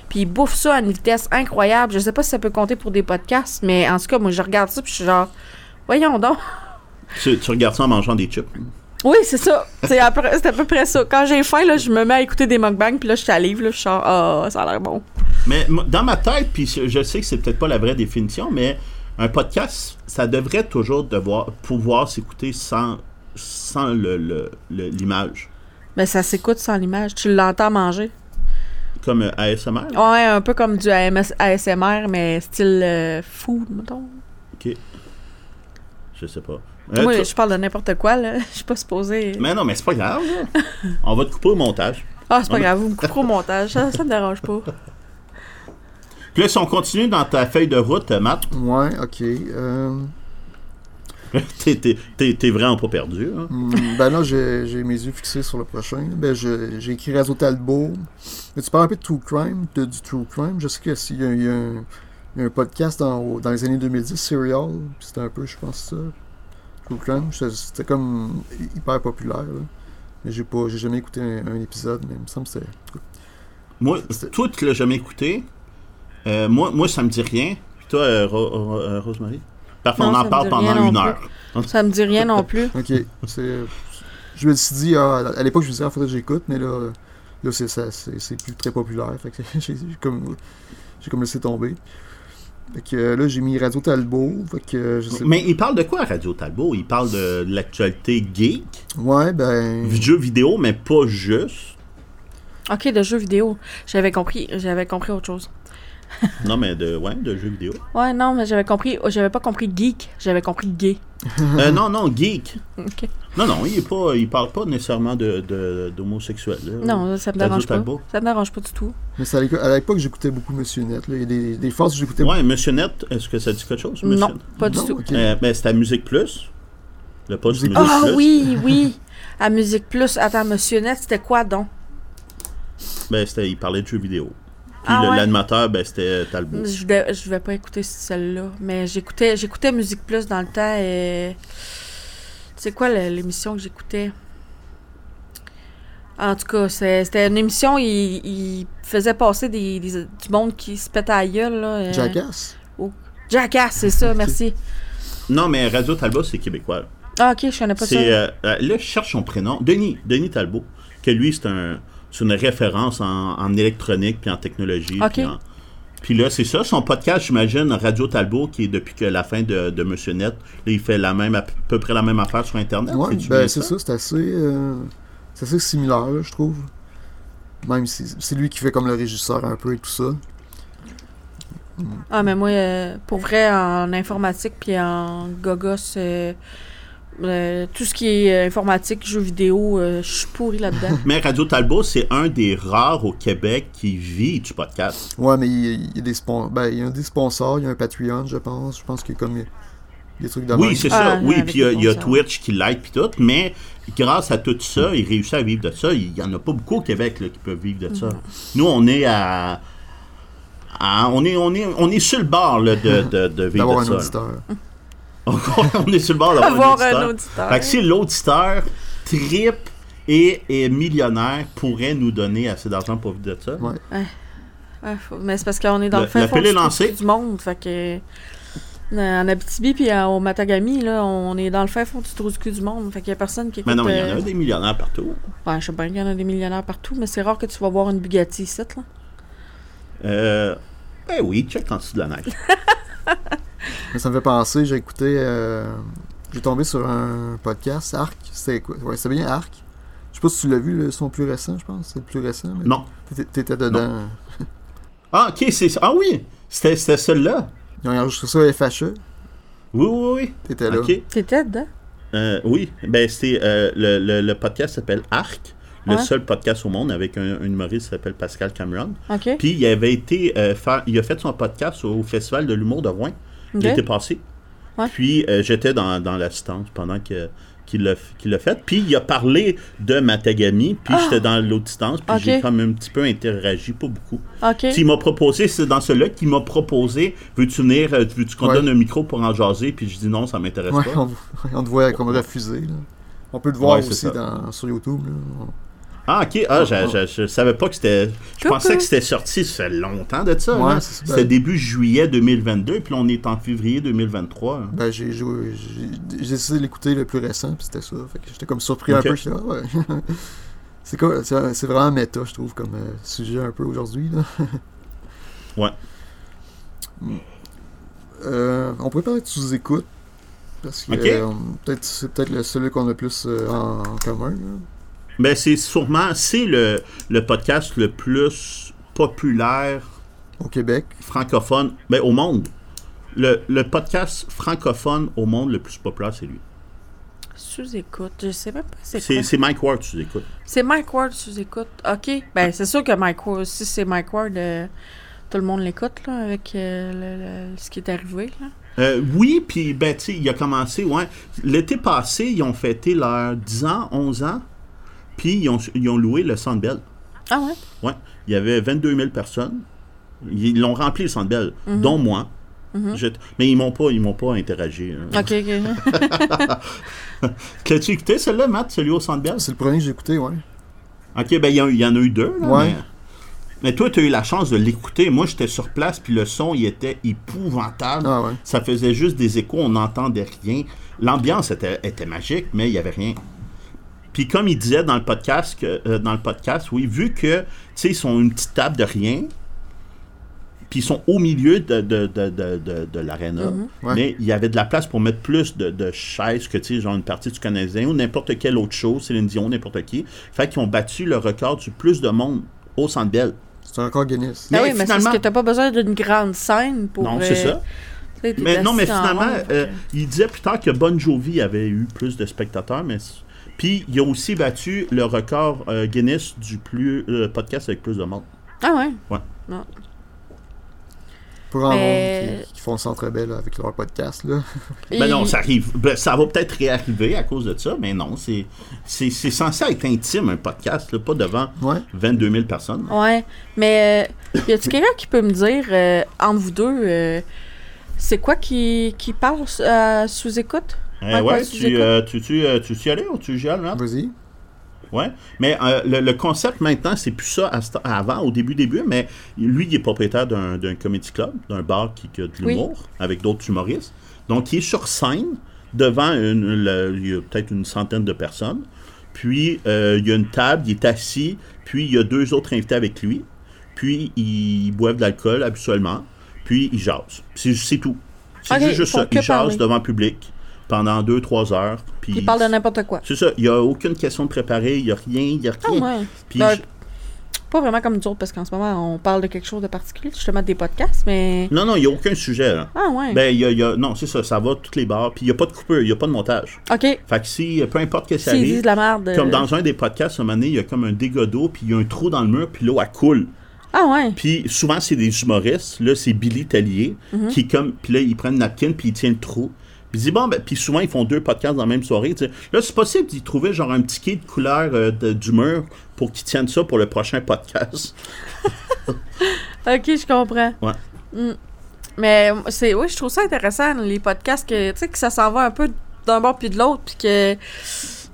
[SPEAKER 3] puis ils bouffent ça à une vitesse incroyable. Je sais pas si ça peut compter pour des podcasts, mais en tout cas, moi, je regarde ça, puis je suis genre, voyons donc.
[SPEAKER 2] Tu, tu regardes ça en mangeant des chips.
[SPEAKER 3] Oui, c'est ça. C'est à, peu- c'est à peu près ça. Quand j'ai faim, là, je me mets à écouter des mukbangs, puis là, je salive, là, je suis genre, ah, ça a l'air bon.
[SPEAKER 2] Mais m- dans ma tête, puis je je sais que c'est peut-être pas la vraie définition, mais un podcast, ça devrait toujours devoir, pouvoir s'écouter sans, sans le- le- le- l'image.
[SPEAKER 3] Mais ça s'écoute sans l'image. Tu l'entends manger.
[SPEAKER 2] Comme euh, ASMR.
[SPEAKER 3] Ouais, un peu comme du AMS ASMR, mais style euh, food, mettons.
[SPEAKER 2] Ok. Je sais pas. Euh,
[SPEAKER 3] Moi,
[SPEAKER 2] tu-
[SPEAKER 3] je parle de n'importe quoi, là. Je suis pas supposée.
[SPEAKER 2] Mais non, mais c'est pas grave. là. On va te couper au montage.
[SPEAKER 3] Ah, c'est pas
[SPEAKER 2] On a-
[SPEAKER 3] grave, vous me couperez au montage. Ça, ça me dérange pas.
[SPEAKER 2] Puis là, si on continue dans ta feuille de route, euh, Matt,
[SPEAKER 1] Ouais, ok. Euh,
[SPEAKER 2] t'es- t'es t'es- t'es vraiment pas perdu. hein.
[SPEAKER 1] hmm, ben là, j'ai j'ai mes yeux fixés sur le prochain. Ben, je- j'ai écrit Razo Talbot. Mais tu parles un peu de True Crime, de- du True Crime. Je sais qu'il y, a- il y a un- il y a un podcast dans, dans les années 2010, Serial. puis C'était un peu, je pense, ça. True Crime. C'était- C'était comme hyper populaire. là. Mais j'ai pas- j'ai jamais écouté un, un épisode, mais il me semble que c'était.
[SPEAKER 2] Moi,
[SPEAKER 1] C'est-
[SPEAKER 2] toi, tu l'as jamais écouté. Euh, moi, moi, ça me dit rien. Puis toi, euh, Ro- Ro- euh, Rosemary? Parfait,
[SPEAKER 3] Non,
[SPEAKER 2] on
[SPEAKER 3] ça
[SPEAKER 2] en
[SPEAKER 3] me
[SPEAKER 2] parle
[SPEAKER 3] dit rien
[SPEAKER 2] pendant une
[SPEAKER 3] non plus.
[SPEAKER 2] heure.
[SPEAKER 3] Ça me dit rien non plus.
[SPEAKER 1] Ok, c'est. Je me suis dit, ah, à l'époque, je me disais, ah, faudrait que j'écoute, mais là, là c'est, ça, c'est, c'est plus très populaire. Fait que j'ai, j'ai comme, j'ai comme laissé tomber. Fait que euh, là, j'ai mis Radio Talbot. Fait que euh, je sais
[SPEAKER 2] Mais il parle de quoi à Radio Talbot? Il parle de l'actualité geek,
[SPEAKER 1] Ouais, ben.
[SPEAKER 2] jeux vidéo, mais pas juste.
[SPEAKER 3] Ok, de jeux vidéo. J'avais compris. J'avais compris autre chose.
[SPEAKER 2] Non, mais de, ouais, de jeux vidéo.
[SPEAKER 3] Ouais, non, mais j'avais compris. J'avais pas compris geek. J'avais compris gay.
[SPEAKER 2] Euh, non, non, geek.
[SPEAKER 3] Ok.
[SPEAKER 2] Non, non, il est pas, il parle pas nécessairement de, de- d'homosexuel. là.
[SPEAKER 3] Non, ça me
[SPEAKER 2] Radio
[SPEAKER 3] dérange pas.
[SPEAKER 2] Talbot.
[SPEAKER 3] Ça me dérange pas du tout.
[SPEAKER 1] Mais c'est à, l'époque, à l'époque, j'écoutais beaucoup Monsieur Net. Là. Il y a des, des forces, j'écoutais
[SPEAKER 2] Ouais, Monsieur Net, est-ce que ça dit quelque chose? Monsieur
[SPEAKER 3] Non,
[SPEAKER 2] Net?
[SPEAKER 3] pas du
[SPEAKER 1] Non,
[SPEAKER 3] tout.
[SPEAKER 1] ok.
[SPEAKER 2] Euh, ben, c'est à Musique Plus. Le poste
[SPEAKER 1] Musique
[SPEAKER 2] Musique
[SPEAKER 3] Ah
[SPEAKER 2] Plus.
[SPEAKER 3] oui, oui. À Musique Plus. Attends, Monsieur Net, c'était quoi donc?
[SPEAKER 2] Ben, c'était, il parlait de jeux vidéo. Puis
[SPEAKER 3] Ah
[SPEAKER 2] le-
[SPEAKER 3] ouais? Mm.
[SPEAKER 2] l'animateur, ben, c'était Talbot.
[SPEAKER 3] Je vais, je vais pas écouter celle-là, mais j'écoutais, j'écoutais Musique Plus dans le temps et... C'est quoi le- l'émission que j'écoutais? En tout cas, c'est- c'était une émission, il, il faisait passer des, des- du monde qui se pète à la gueule. Là, euh.
[SPEAKER 1] Jackass.
[SPEAKER 3] Jackass, c'est ça, merci.
[SPEAKER 2] Non, mais Radio Talbot, c'est québécois.
[SPEAKER 3] Ah, ok, je connais pas ça.
[SPEAKER 2] C'est, euh, euh, là, je cherche son prénom. Denis, Denis Talbot. Que lui, c'est, un, c'est une référence en, en électronique puis en technologie.
[SPEAKER 3] Ok.
[SPEAKER 2] Puis, en- puis là, c'est ça, son podcast, j'imagine, Radio Talbot, qui est depuis que la fin de, de Monsieur Net, là, il fait la même, à peu près la même affaire sur Internet.
[SPEAKER 1] Ouais,
[SPEAKER 2] Ah, C'est-tu bien
[SPEAKER 1] ben, c'est ça, c'est assez. euh, c'est assez similaire, là, je trouve. Même si c'est lui qui fait comme le régisseur un peu et tout ça.
[SPEAKER 3] Ah, mais moi, euh, pour vrai, en informatique puis en gogos, euh, euh, tout ce qui est euh, informatique, jeux vidéo, euh, je suis pourri là-dedans.
[SPEAKER 2] Mais Radio Talbot, c'est un des rares au Québec qui vit du podcast.
[SPEAKER 1] Ouais, mais il y a- il y, a des spon- ben, il y a des sponsors, il y a un Patreon, je pense. Je pense qu'il y a comme il y a des trucs de
[SPEAKER 2] Oui,
[SPEAKER 1] même.
[SPEAKER 2] c'est
[SPEAKER 3] Ah,
[SPEAKER 2] ça. Oui,
[SPEAKER 3] avec
[SPEAKER 2] puis il y a-
[SPEAKER 3] les
[SPEAKER 2] il y, a
[SPEAKER 3] concerts.
[SPEAKER 2] Twitch qui l'aide puis tout, mais grâce à tout ça, il réussit à vivre de ça. Il y en a pas beaucoup au Québec là, qui peuvent vivre de ça. Nous, on est à, à- on est on est on est sur le bord là, de, de, de vivre
[SPEAKER 1] d'avoir
[SPEAKER 2] de
[SPEAKER 1] un
[SPEAKER 2] ça.
[SPEAKER 1] auditeur.
[SPEAKER 2] on est sur le bord d'avoir
[SPEAKER 3] Avoir
[SPEAKER 2] un auditeur.
[SPEAKER 3] un auditeur.
[SPEAKER 2] Fait que si l'auditeur trip et est millionnaire pourrait nous donner assez d'argent pour vivre de ça.
[SPEAKER 1] Ouais.
[SPEAKER 3] Ah, faut- mais c'est parce qu'on est dans le,
[SPEAKER 2] Le-
[SPEAKER 3] fin
[SPEAKER 2] l'appel
[SPEAKER 3] fond du
[SPEAKER 2] est lancé.
[SPEAKER 3] trou du monde. Fait que, euh, en Abitibi puis en- au Matagami, là, on est dans le fin fond du trou du cul du monde. Fait qu'il y a personne qui écoute.
[SPEAKER 2] Mais non, mais il y en
[SPEAKER 3] euh,
[SPEAKER 2] a des millionnaires partout.
[SPEAKER 3] ouais, je sais bien qu'il y en a des millionnaires partout, mais c'est rare que tu vas voir une Bugatti ici. Là.
[SPEAKER 2] Euh, ben oui, check en dessous de la neige.
[SPEAKER 1] Mais ça me fait penser, j'ai écouté. euh, j'ai tombé sur un podcast, Arc. C'était quoi Ouais, c'était bien Arc. Je sais pas si tu l'as vu, le son plus récent, je pense. C'est le plus récent. Mais
[SPEAKER 2] Non.
[SPEAKER 1] t'étais- T'étais dedans.
[SPEAKER 2] Ah, ok, c'est ça. Ah oui, c'était c'était celle-là.
[SPEAKER 1] Ils ont enregistré ça à FHE.
[SPEAKER 2] Oui, oui,
[SPEAKER 1] T'étais
[SPEAKER 2] oui.
[SPEAKER 1] là.
[SPEAKER 2] Ok.
[SPEAKER 3] T'étais dedans?
[SPEAKER 2] Euh, oui, ben c'était euh, le, le- le podcast s'appelle Arc, le
[SPEAKER 3] Ouais.
[SPEAKER 2] seul podcast au monde avec un, un humoriste qui s'appelle Pascal Cameron.
[SPEAKER 3] OK.
[SPEAKER 2] Puis il avait été euh, faire, il a fait son podcast au Festival de l'humour de Rouen
[SPEAKER 3] Ok.
[SPEAKER 2] l'été passé.
[SPEAKER 3] Ouais.
[SPEAKER 2] Puis euh, j'étais dans, dans l'assistance pendant que qu'il l'a qu'il l'a fait. Puis il a parlé de Matagami, puis j'étais dans l'autre distance, puis
[SPEAKER 3] Ah! Ok.
[SPEAKER 2] j'ai comme un petit peu interagi, pas beaucoup.
[SPEAKER 3] OK.
[SPEAKER 2] Puis il m'a proposé, c'est dans celui-là qu'il m'a proposé, veux-tu venir, euh, veux-tu qu'on
[SPEAKER 1] Ouais.
[SPEAKER 2] donne un micro pour en jaser, puis je dis non, ça m'intéresse
[SPEAKER 1] Ouais,
[SPEAKER 2] pas.
[SPEAKER 1] on, on te voit comme refusé. Là. On peut le voir
[SPEAKER 2] Ouais, c'est
[SPEAKER 1] aussi
[SPEAKER 2] ça.
[SPEAKER 1] dans, sur YouTube. Là.
[SPEAKER 2] Ah, ok. Ah, j'a- j'a- je savais pas que c'était. Je
[SPEAKER 3] Coucou.
[SPEAKER 2] pensais que c'était sorti, ça fait longtemps de ça.
[SPEAKER 1] Ouais,
[SPEAKER 2] hein.
[SPEAKER 1] c'est ça.
[SPEAKER 2] C'était début juillet 2022, puis là, on est en février 2023. hein.
[SPEAKER 1] Ben, j'ai joué- j'ai- j'ai essayé de l'écouter le plus récent, puis c'était ça. Fait que j'étais comme surpris
[SPEAKER 2] Ok.
[SPEAKER 1] un peu. j'étais, Ah, ouais. c'est cool, c'est c'est vraiment méta, je trouve, comme euh, sujet un peu aujourd'hui. là.
[SPEAKER 2] Ouais.
[SPEAKER 1] Mm. Euh, on pourrait parler de sous-écoute. Parce que
[SPEAKER 2] Ok.
[SPEAKER 1] euh, peut-être c'est peut-être le celui qu'on a le plus euh, en, en commun. là.
[SPEAKER 2] Ben, c'est sûrement. C'est le, le podcast le plus populaire
[SPEAKER 1] Au Québec.
[SPEAKER 2] francophone. Ben, au monde. Le, le podcast francophone au monde le plus populaire, c'est lui.
[SPEAKER 3] Sous-écoute. Je sais même pas c'est
[SPEAKER 2] C'est
[SPEAKER 3] quoi.
[SPEAKER 2] c'est Mike Ward, tu écoutes.
[SPEAKER 3] C'est Mike Ward sous-écoute. OK. Ben, c'est sûr que Mike Ward, si c'est Mike Ward, euh, tout le monde l'écoute, là, avec euh, le- le- ce qui est arrivé, là.
[SPEAKER 2] Euh, oui, puis ben, tu sais, il a commencé, ouais. L'été passé, ils ont fêté leurs 10 ans, 11 ans, puis ils ont, ils ont loué le Sandbell.
[SPEAKER 3] Ah ouais?
[SPEAKER 2] Ouais. Il y avait 22 000 personnes. Ils l'ont rempli, le Centre Bell, dont moi. Je- Mais ils m'ont pas, ils m'ont pas interagi. hein.
[SPEAKER 3] OK, OK. Ah
[SPEAKER 2] T'as-tu écouté celle-là, Matt, celui au Centre Bell?
[SPEAKER 1] C'est le premier que j'ai écouté, ouais.
[SPEAKER 2] Ok, ben il y, en- il y en a eu deux. là,
[SPEAKER 1] Ouais.
[SPEAKER 2] Mais... mais toi, tu as eu la chance de l'écouter. Moi, j'étais sur place, puis le son, il était épouvantable.
[SPEAKER 1] Ah ouais.
[SPEAKER 2] Ça faisait juste des échos, on n'entendait rien. L'ambiance était, était magique, mais il n'y avait rien. Puis comme il disait dans le podcast, que, euh, dans le podcast, oui, vu que, tu sais, ils sont une petite table de rien, puis ils sont au milieu de, de, de, de, de, de l'aréna,
[SPEAKER 1] Ouais.
[SPEAKER 2] mais il y avait de la place pour mettre plus de, de chaises que, tu sais, genre une partie du Canadien ou n'importe quelle autre chose, Céline Dion, n'importe qui. Fait qu'ils ont battu le record du plus de monde au Centre Bell.
[SPEAKER 1] C'est un record Guinness.
[SPEAKER 3] Ah
[SPEAKER 2] Mais
[SPEAKER 3] oui, mais c'est parce
[SPEAKER 2] finalement-
[SPEAKER 3] que t'as pas besoin d'une grande scène pour.
[SPEAKER 2] Non, c'est
[SPEAKER 3] euh,
[SPEAKER 2] ça.
[SPEAKER 3] tu sais, t'es
[SPEAKER 2] Mais non, mais
[SPEAKER 3] assis en
[SPEAKER 2] finalement,
[SPEAKER 3] rond,
[SPEAKER 2] euh,
[SPEAKER 3] fait
[SPEAKER 2] il disait plus tard que Bon Jovi avait eu plus de spectateurs, mais c- puis il a aussi battu le record euh, Guinness du plus euh, podcast avec plus de monde.
[SPEAKER 3] que- Ah ouais?
[SPEAKER 1] Pour en
[SPEAKER 3] Mais-
[SPEAKER 1] monde qui, qui font le centre belle avec leur podcast là.
[SPEAKER 2] Mais
[SPEAKER 3] Il-
[SPEAKER 2] non, ça arrive. Ben, ça va peut-être réarriver à cause de ça, mais non, c'est c'est c'est censé être intime un podcast, là, pas devant
[SPEAKER 1] Ouais.
[SPEAKER 2] 22 000 personnes.
[SPEAKER 3] Ouais, mais euh, y a-tu quelqu'un qui peut me dire, euh, entre vous deux, euh, c'est quoi qui, qui parle euh, sous écoute?
[SPEAKER 2] Eh ouais,
[SPEAKER 3] Ouais, ouais,
[SPEAKER 2] tu,
[SPEAKER 3] j'écoute.
[SPEAKER 2] euh, tu, tu, euh, tu, tu y allais ou tu y allais, Matt?
[SPEAKER 1] Vas-y.
[SPEAKER 2] Ouais. Mais euh, le, le concept maintenant, c'est plus ça à ce temps- avant, au début, début, mais lui, il est propriétaire d'un d'un comedy club, d'un bar qui, qui a de
[SPEAKER 3] Oui.
[SPEAKER 2] l'humour, avec d'autres humoristes. Donc, il est sur scène devant une, le- il y a peut-être une centaine de personnes. Puis, euh, il y a une table, il est assis, puis il y a deux autres invités avec lui. Puis, ils boivent de l'alcool habituellement, puis ils jasent. C'est c'est tout. C'est
[SPEAKER 3] Ok, ils
[SPEAKER 2] juste
[SPEAKER 3] font
[SPEAKER 2] ça.
[SPEAKER 3] que
[SPEAKER 2] Ils jasent
[SPEAKER 3] parler.
[SPEAKER 2] devant le public pendant deux, trois heures. Puis
[SPEAKER 3] Il parle de n'importe quoi.
[SPEAKER 2] c'est ça, il n'y a aucune question de préparer, il n'y a rien, il n'y a rien.
[SPEAKER 3] Ah ouais.
[SPEAKER 2] Puis
[SPEAKER 3] Ben,
[SPEAKER 2] je-
[SPEAKER 3] Pas vraiment comme nous autres, parce qu'en ce moment, on parle de quelque chose de particulier, justement des podcasts, mais.
[SPEAKER 2] Non, non, il n'y a aucun sujet. là.
[SPEAKER 3] Ah ouais.
[SPEAKER 2] Ben, il y a, il y a- Non, c'est ça, ça va toutes les barres. Puis il n'y a pas de coupeur, il n'y a pas de montage.
[SPEAKER 3] OK.
[SPEAKER 2] Fait que si, peu importe que ça
[SPEAKER 3] S'ils disent
[SPEAKER 2] arrive,
[SPEAKER 3] de la merde. euh,
[SPEAKER 2] comme dans un des podcasts, un moment donné, il y a comme un dégât d'eau, puis il y a un trou dans le mur, puis l'eau, elle coule.
[SPEAKER 3] Ah ouais.
[SPEAKER 2] Puis souvent, c'est des humoristes. Là, c'est Billy Tallier,
[SPEAKER 3] Mhm.
[SPEAKER 2] qui est comme. Puis là, ils prennent une napkin, puis ils tiennent le trou. Puis ils disent, bon, ben, puis souvent, ils font deux podcasts dans la même soirée. tu sais. Là, c'est possible d'y trouver genre un petit quai de couleur euh, de- du mur pour qu'ils tiennent ça pour le prochain podcast.
[SPEAKER 3] OK, je comprends.
[SPEAKER 2] Ouais.
[SPEAKER 3] Mm. Mais c'est oui, je trouve ça intéressant les podcasts que tu sais que ça s'en va un peu d'un bord puis de l'autre puis que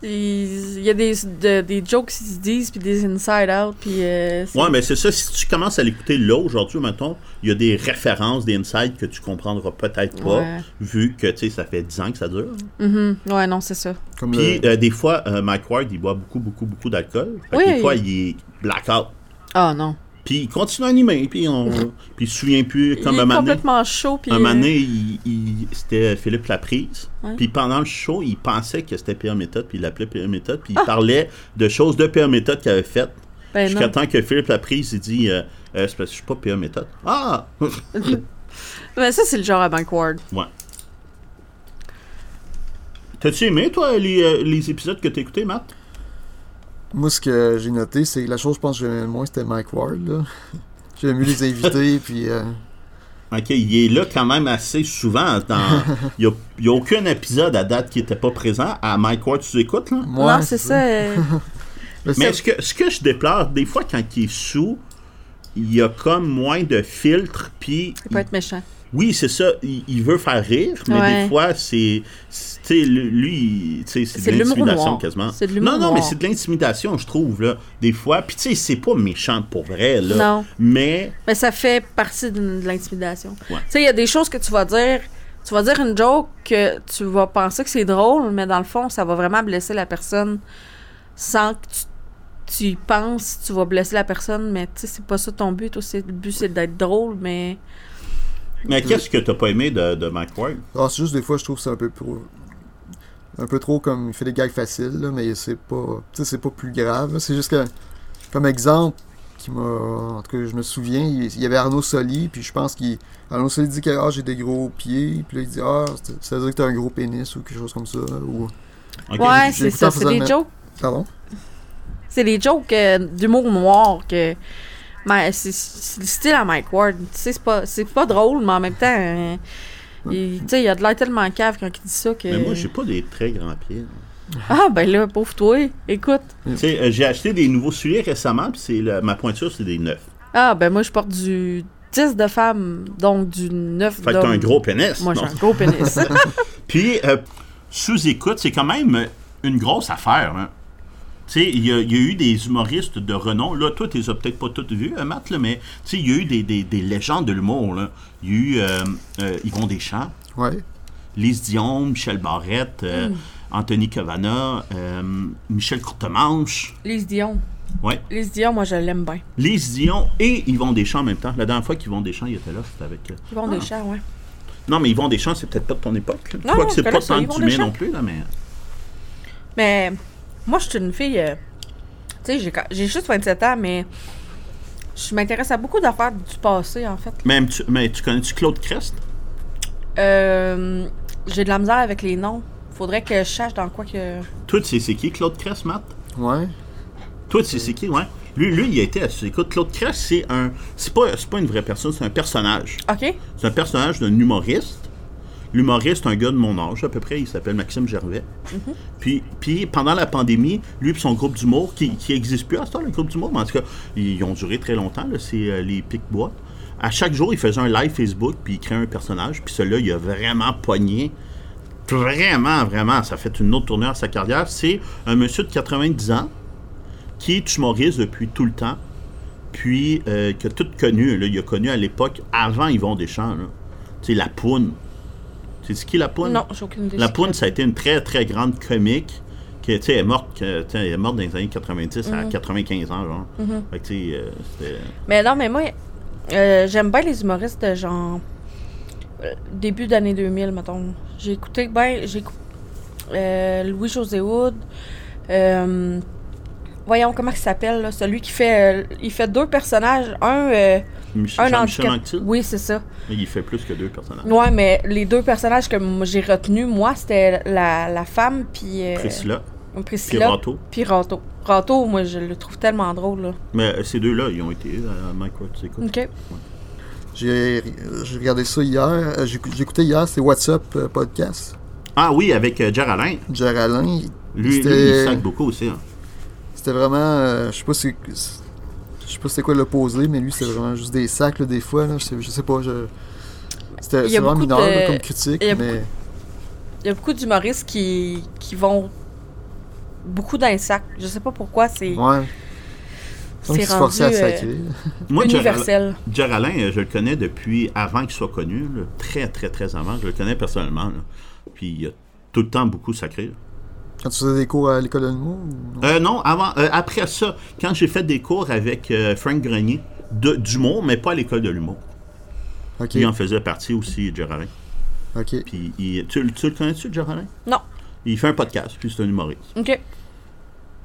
[SPEAKER 3] il il y a des de- des jokes qui se disent puis des inside out puis euh, c'est-
[SPEAKER 2] Ouais, mais c'est ça. Si tu commences à l'écouter là aujourd'hui, mettons, il y a des références, des insights que tu comprendras peut-être pas,
[SPEAKER 3] Ouais.
[SPEAKER 2] vu que tu sais, ça fait 10 ans que ça dure.
[SPEAKER 3] Mhm. Ouais, non, c'est ça.
[SPEAKER 1] Comme
[SPEAKER 2] Puis
[SPEAKER 1] le,
[SPEAKER 2] euh, des fois, euh, Mike Ward, il boit beaucoup, beaucoup, beaucoup d'alcool. Fait que
[SPEAKER 3] Oui.
[SPEAKER 2] Des fois, il est blackout.
[SPEAKER 3] Ah non.
[SPEAKER 2] Puis il continue à animer, puis on, puis il se souvient plus comme
[SPEAKER 3] il
[SPEAKER 2] un
[SPEAKER 3] est
[SPEAKER 2] moment donné-
[SPEAKER 3] complètement chaud puis
[SPEAKER 2] Un
[SPEAKER 3] euh,
[SPEAKER 2] moment donné, il- il- c'était Philippe Laprise.
[SPEAKER 3] Ouais.
[SPEAKER 2] Puis pendant le show,
[SPEAKER 3] Ah!
[SPEAKER 2] il pensait que c'était Pierre Méthode, puis il l'appelait Pierre Méthode, puis il parlait de choses de Pierre Méthode qu'il avait faites.
[SPEAKER 3] Ben
[SPEAKER 2] Jusqu'à
[SPEAKER 3] non.
[SPEAKER 2] temps que Philippe la prise, il dit euh, Euh, C'est parce que je suis pas PA méthode. Ah
[SPEAKER 3] Ben ça, c'est le genre à Bankward.
[SPEAKER 2] Ouais. T'as-tu aimé, toi, les, euh, les épisodes que t'as écoutés, Matt
[SPEAKER 1] Moi, ce que j'ai noté, c'est que la chose, je pense, que j'aimais le moins, c'était Mike Ward. là. J'aimais mieux les invités, puis. euh,
[SPEAKER 2] Ok, il est là quand même assez souvent. Dans... Il n'y a, aucun épisode à date qui n'était pas présent. À Mike Ward, tu écoutes, là
[SPEAKER 1] moi,
[SPEAKER 3] non, c'est ça. euh,
[SPEAKER 1] Mais
[SPEAKER 2] Mais
[SPEAKER 1] c'est-
[SPEAKER 2] ce que, ce que je déplore, des fois, quand il est sous, il y a comme moins de filtres, puis
[SPEAKER 3] il peut être méchant.
[SPEAKER 2] Oui, c'est ça. Il, il veut faire rire, mais
[SPEAKER 3] Ouais.
[SPEAKER 2] des fois, c'est. c'est- Tu sais, lui- lui, tu sais,
[SPEAKER 3] C'est
[SPEAKER 2] c'est
[SPEAKER 3] de
[SPEAKER 2] de
[SPEAKER 3] l'humour
[SPEAKER 2] l'intimidation
[SPEAKER 3] noir.
[SPEAKER 2] quasiment.
[SPEAKER 3] C'est de l'humour
[SPEAKER 2] non, non, mais
[SPEAKER 3] noir.
[SPEAKER 2] c'est de l'intimidation, je trouve, là, des fois. Puis, tu sais, c'est pas méchant pour vrai, là.
[SPEAKER 3] Non.
[SPEAKER 2] Mais,
[SPEAKER 3] Mais ça fait partie de, de l'intimidation.
[SPEAKER 2] Ouais.
[SPEAKER 3] Tu sais, il y a des choses que tu vas dire. Tu vas dire une joke que tu vas penser que c'est drôle, mais dans le fond, ça va vraiment blesser la personne sans que tu, tu y penses. Tu vas blesser la personne, mais tu sais, c'est pas ça ton but. Toi, c'est- le but, c'est d'être drôle, mais.
[SPEAKER 2] mais qu'est-ce que t'as pas aimé de, de Mike Ward?
[SPEAKER 1] Ah, c'est juste des fois, je trouve que c'est un peu trop. Un peu trop comme. Il fait des gags faciles, là, mais c'est pas. Tu sais, c'est pas plus grave. là. C'est juste que. Comme exemple, qui m'a. En tout cas, je me souviens, il il y avait Arnaud Soli, puis je pense qu'il. Arnaud Soli dit que ah, j'ai des gros pieds, puis là, il dit Ah, c'est- ça veut dire que t'as un gros pénis ou quelque chose comme ça. Ou.
[SPEAKER 2] Ok.
[SPEAKER 3] ouais,
[SPEAKER 1] j'ai- j'ai
[SPEAKER 3] c'est
[SPEAKER 1] écouté
[SPEAKER 3] ça.
[SPEAKER 1] en
[SPEAKER 3] C'est
[SPEAKER 1] faisant
[SPEAKER 3] des
[SPEAKER 1] le-
[SPEAKER 3] jokes.
[SPEAKER 1] Pardon
[SPEAKER 3] C'est des jokes euh, d'humour noir que. mais c'est c'est le style à Mike Ward. Tu sais, c'est pas, c'est pas drôle, mais en même temps, euh, il, tu sais, il a de l'air tellement cave quand il dit ça que.
[SPEAKER 2] Mais moi, j'ai pas des très grands pieds.
[SPEAKER 3] Ah, ben là, pauvre toi. Écoute.
[SPEAKER 2] Tu sais, euh, j'ai acheté des nouveaux souliers récemment, puis c'est le- ma pointure, c'est des neufs.
[SPEAKER 3] Ah, ben moi, je porte du 10 de femmes, donc du 9
[SPEAKER 2] Fait que
[SPEAKER 3] d'hommes.
[SPEAKER 2] t'as un gros pénis.
[SPEAKER 3] Moi, j'ai
[SPEAKER 2] non?
[SPEAKER 3] un gros pénis.
[SPEAKER 2] Puis, euh, sous-écoute, c'est quand même euh, une grosse affaire. hein. Tu sais, il y, a- il y a eu des humoristes de renom. Là, toi, tu les as peut-être pas toutes vus, hein, Matt, là, mais tu sais, il y a eu des, des- des légendes de l'humour. là. Il y a eu euh, euh, Yvon Deschamps,
[SPEAKER 1] Ouais.
[SPEAKER 2] Lise Dion, Michel Barrette, euh,
[SPEAKER 3] Mm.
[SPEAKER 2] Anthony Cavana, euh, Michel Courtemanche.
[SPEAKER 3] Lise Dion.
[SPEAKER 2] Ouais.
[SPEAKER 3] Lise Dion, moi, je l'aime bien.
[SPEAKER 2] Lise Dion et Yvon Deschamps en même temps. La dernière fois qu'Yvon Deschamps il était là, c'était avec. euh,
[SPEAKER 3] Yvon
[SPEAKER 2] ah.
[SPEAKER 3] Deschamps, ouais.
[SPEAKER 2] Non, mais Yvon Deschamps, c'est peut-être pas de ton époque. là.
[SPEAKER 3] Non,
[SPEAKER 2] Quoique
[SPEAKER 3] je
[SPEAKER 2] c'est
[SPEAKER 3] connais
[SPEAKER 2] pas
[SPEAKER 3] pas
[SPEAKER 2] tant
[SPEAKER 3] Yvon
[SPEAKER 2] Dumais
[SPEAKER 3] Deschamps.
[SPEAKER 2] non plus, là, mais.
[SPEAKER 3] Mais moi, je suis une fille. euh, tu sais, j'ai quand- j'ai juste 27 ans, mais je m'intéresse à beaucoup d'affaires du passé, en fait.
[SPEAKER 2] Mais tu, mais tu connais-tu Claude Crest?
[SPEAKER 3] Euh, j'ai de la misère avec les noms. Faudrait que je cherche dans quoi que.
[SPEAKER 2] Toi, tu sais c'est qui Claude Crest, Matt?
[SPEAKER 1] Ouais.
[SPEAKER 2] Toi, tu sais c'est qui, ouais? Lui, lui, il a été à Écoute, Claude Crest, c'est un. C'est pas, c'est pas une vraie personne, c'est un personnage.
[SPEAKER 3] OK?
[SPEAKER 2] C'est un personnage d'un humoriste. L'humoriste, un gars de mon âge, à peu près, il s'appelle Maxime Gervais. puis, puis, pendant la pandémie, lui et son groupe d'humour, qui n'existe plus à ce temps, le groupe d'humour, mais en tout cas, ils ont duré très longtemps, là, c'est euh, les pics bois À chaque jour, il faisait un live Facebook, puis il créait un personnage, puis celui-là, il a vraiment pogné. Vraiment, vraiment, ça fait une autre tournure à sa carrière. C'est un monsieur de 90 ans qui est humoriste depuis tout le temps puis euh, que tout connu, là, il a connu à l'époque, avant Yvon Deschamps, là. Tu sais, la poune. C'est ce qui la poune?
[SPEAKER 3] Non, j'ai aucune idée.
[SPEAKER 2] La
[SPEAKER 3] c'est
[SPEAKER 2] poune,
[SPEAKER 3] quoi.
[SPEAKER 2] ça a été une très, très grande comique. Qui, tu sais, elle est morte, que- tu sais, elle est morte dans les années 90
[SPEAKER 3] Mhm.
[SPEAKER 2] à 95 ans, genre. Fait que, tu sais, euh, c'était-
[SPEAKER 3] Mais non, mais moi, euh, j'aime bien les humoristes de genre. euh, début d'année 2000, mettons. J'ai écouté bien. J'ai écou- euh, Louis-José Wood. euh, voyons comment il s'appelle, là, celui qui fait. euh, il fait deux personnages. Un. euh,
[SPEAKER 2] Michel,
[SPEAKER 3] un
[SPEAKER 2] Jean-Michel
[SPEAKER 3] handicap.
[SPEAKER 2] Anctil,
[SPEAKER 3] Oui, c'est ça.
[SPEAKER 2] mais il fait plus que deux personnages.
[SPEAKER 3] Ouais, mais les deux personnages que m- j'ai retenus, moi, c'était la, la femme, puis. euh,
[SPEAKER 2] Priscilla, puis
[SPEAKER 3] Priscilla.
[SPEAKER 2] Rato.
[SPEAKER 3] Puis Rato. Rato, moi, je le trouve tellement drôle, là.
[SPEAKER 2] Mais euh, ces deux-là, ils ont été euh, à Mike Ward, tu sais quoi.
[SPEAKER 3] OK.
[SPEAKER 1] J'ai j'ai regardé ça hier. euh, J'ai j'ai écouté hier, c'est What's Up euh, Podcast.
[SPEAKER 2] Ah oui, avec euh, Jer Alain.
[SPEAKER 1] Jerry Alain,
[SPEAKER 2] Lui, lui, il
[SPEAKER 1] C'était-
[SPEAKER 2] sac beaucoup aussi. hein.
[SPEAKER 1] C'était vraiment. euh, je sais pas si. Je sais pas c'était quoi l'opposé, mais lui, c'était vraiment juste des sacs, là, des fois. Là, je, sais, je sais pas. Je... C'était
[SPEAKER 3] Il y
[SPEAKER 1] c'est
[SPEAKER 3] a
[SPEAKER 1] vraiment
[SPEAKER 3] beaucoup
[SPEAKER 1] mineur
[SPEAKER 3] de-
[SPEAKER 1] là, comme critique,
[SPEAKER 3] il y a
[SPEAKER 1] mais.
[SPEAKER 3] Il y a beaucoup d'humoristes qui, qui vont beaucoup dans les sacs. Je sais pas pourquoi, c'est
[SPEAKER 1] Ouais.
[SPEAKER 3] c'est euh,
[SPEAKER 1] Donc, il se forçait à sacrer. là.
[SPEAKER 2] Moi, Jer Alain-
[SPEAKER 3] universel.
[SPEAKER 2] Jer Alain, euh, je le connais depuis avant qu'il soit connu, là. très très très avant. Je le connais personnellement. là. Puis il a tout le temps beaucoup sacré. là.
[SPEAKER 1] Quand tu faisais des cours à l'école de l'humour. ou-
[SPEAKER 2] Euh, non, avant, euh, après ça, quand j'ai fait des cours avec euh, Frank Grenier de- d'humour, mais pas à l'école de l'humour.
[SPEAKER 1] Ok.
[SPEAKER 2] Il en faisait partie aussi, Jer Alain.
[SPEAKER 1] Ok.
[SPEAKER 2] Puis il- tu, tu le connais-tu, Jer Alain?
[SPEAKER 3] Non.
[SPEAKER 2] Il fait un podcast, puis c'est un humoriste.
[SPEAKER 3] OK.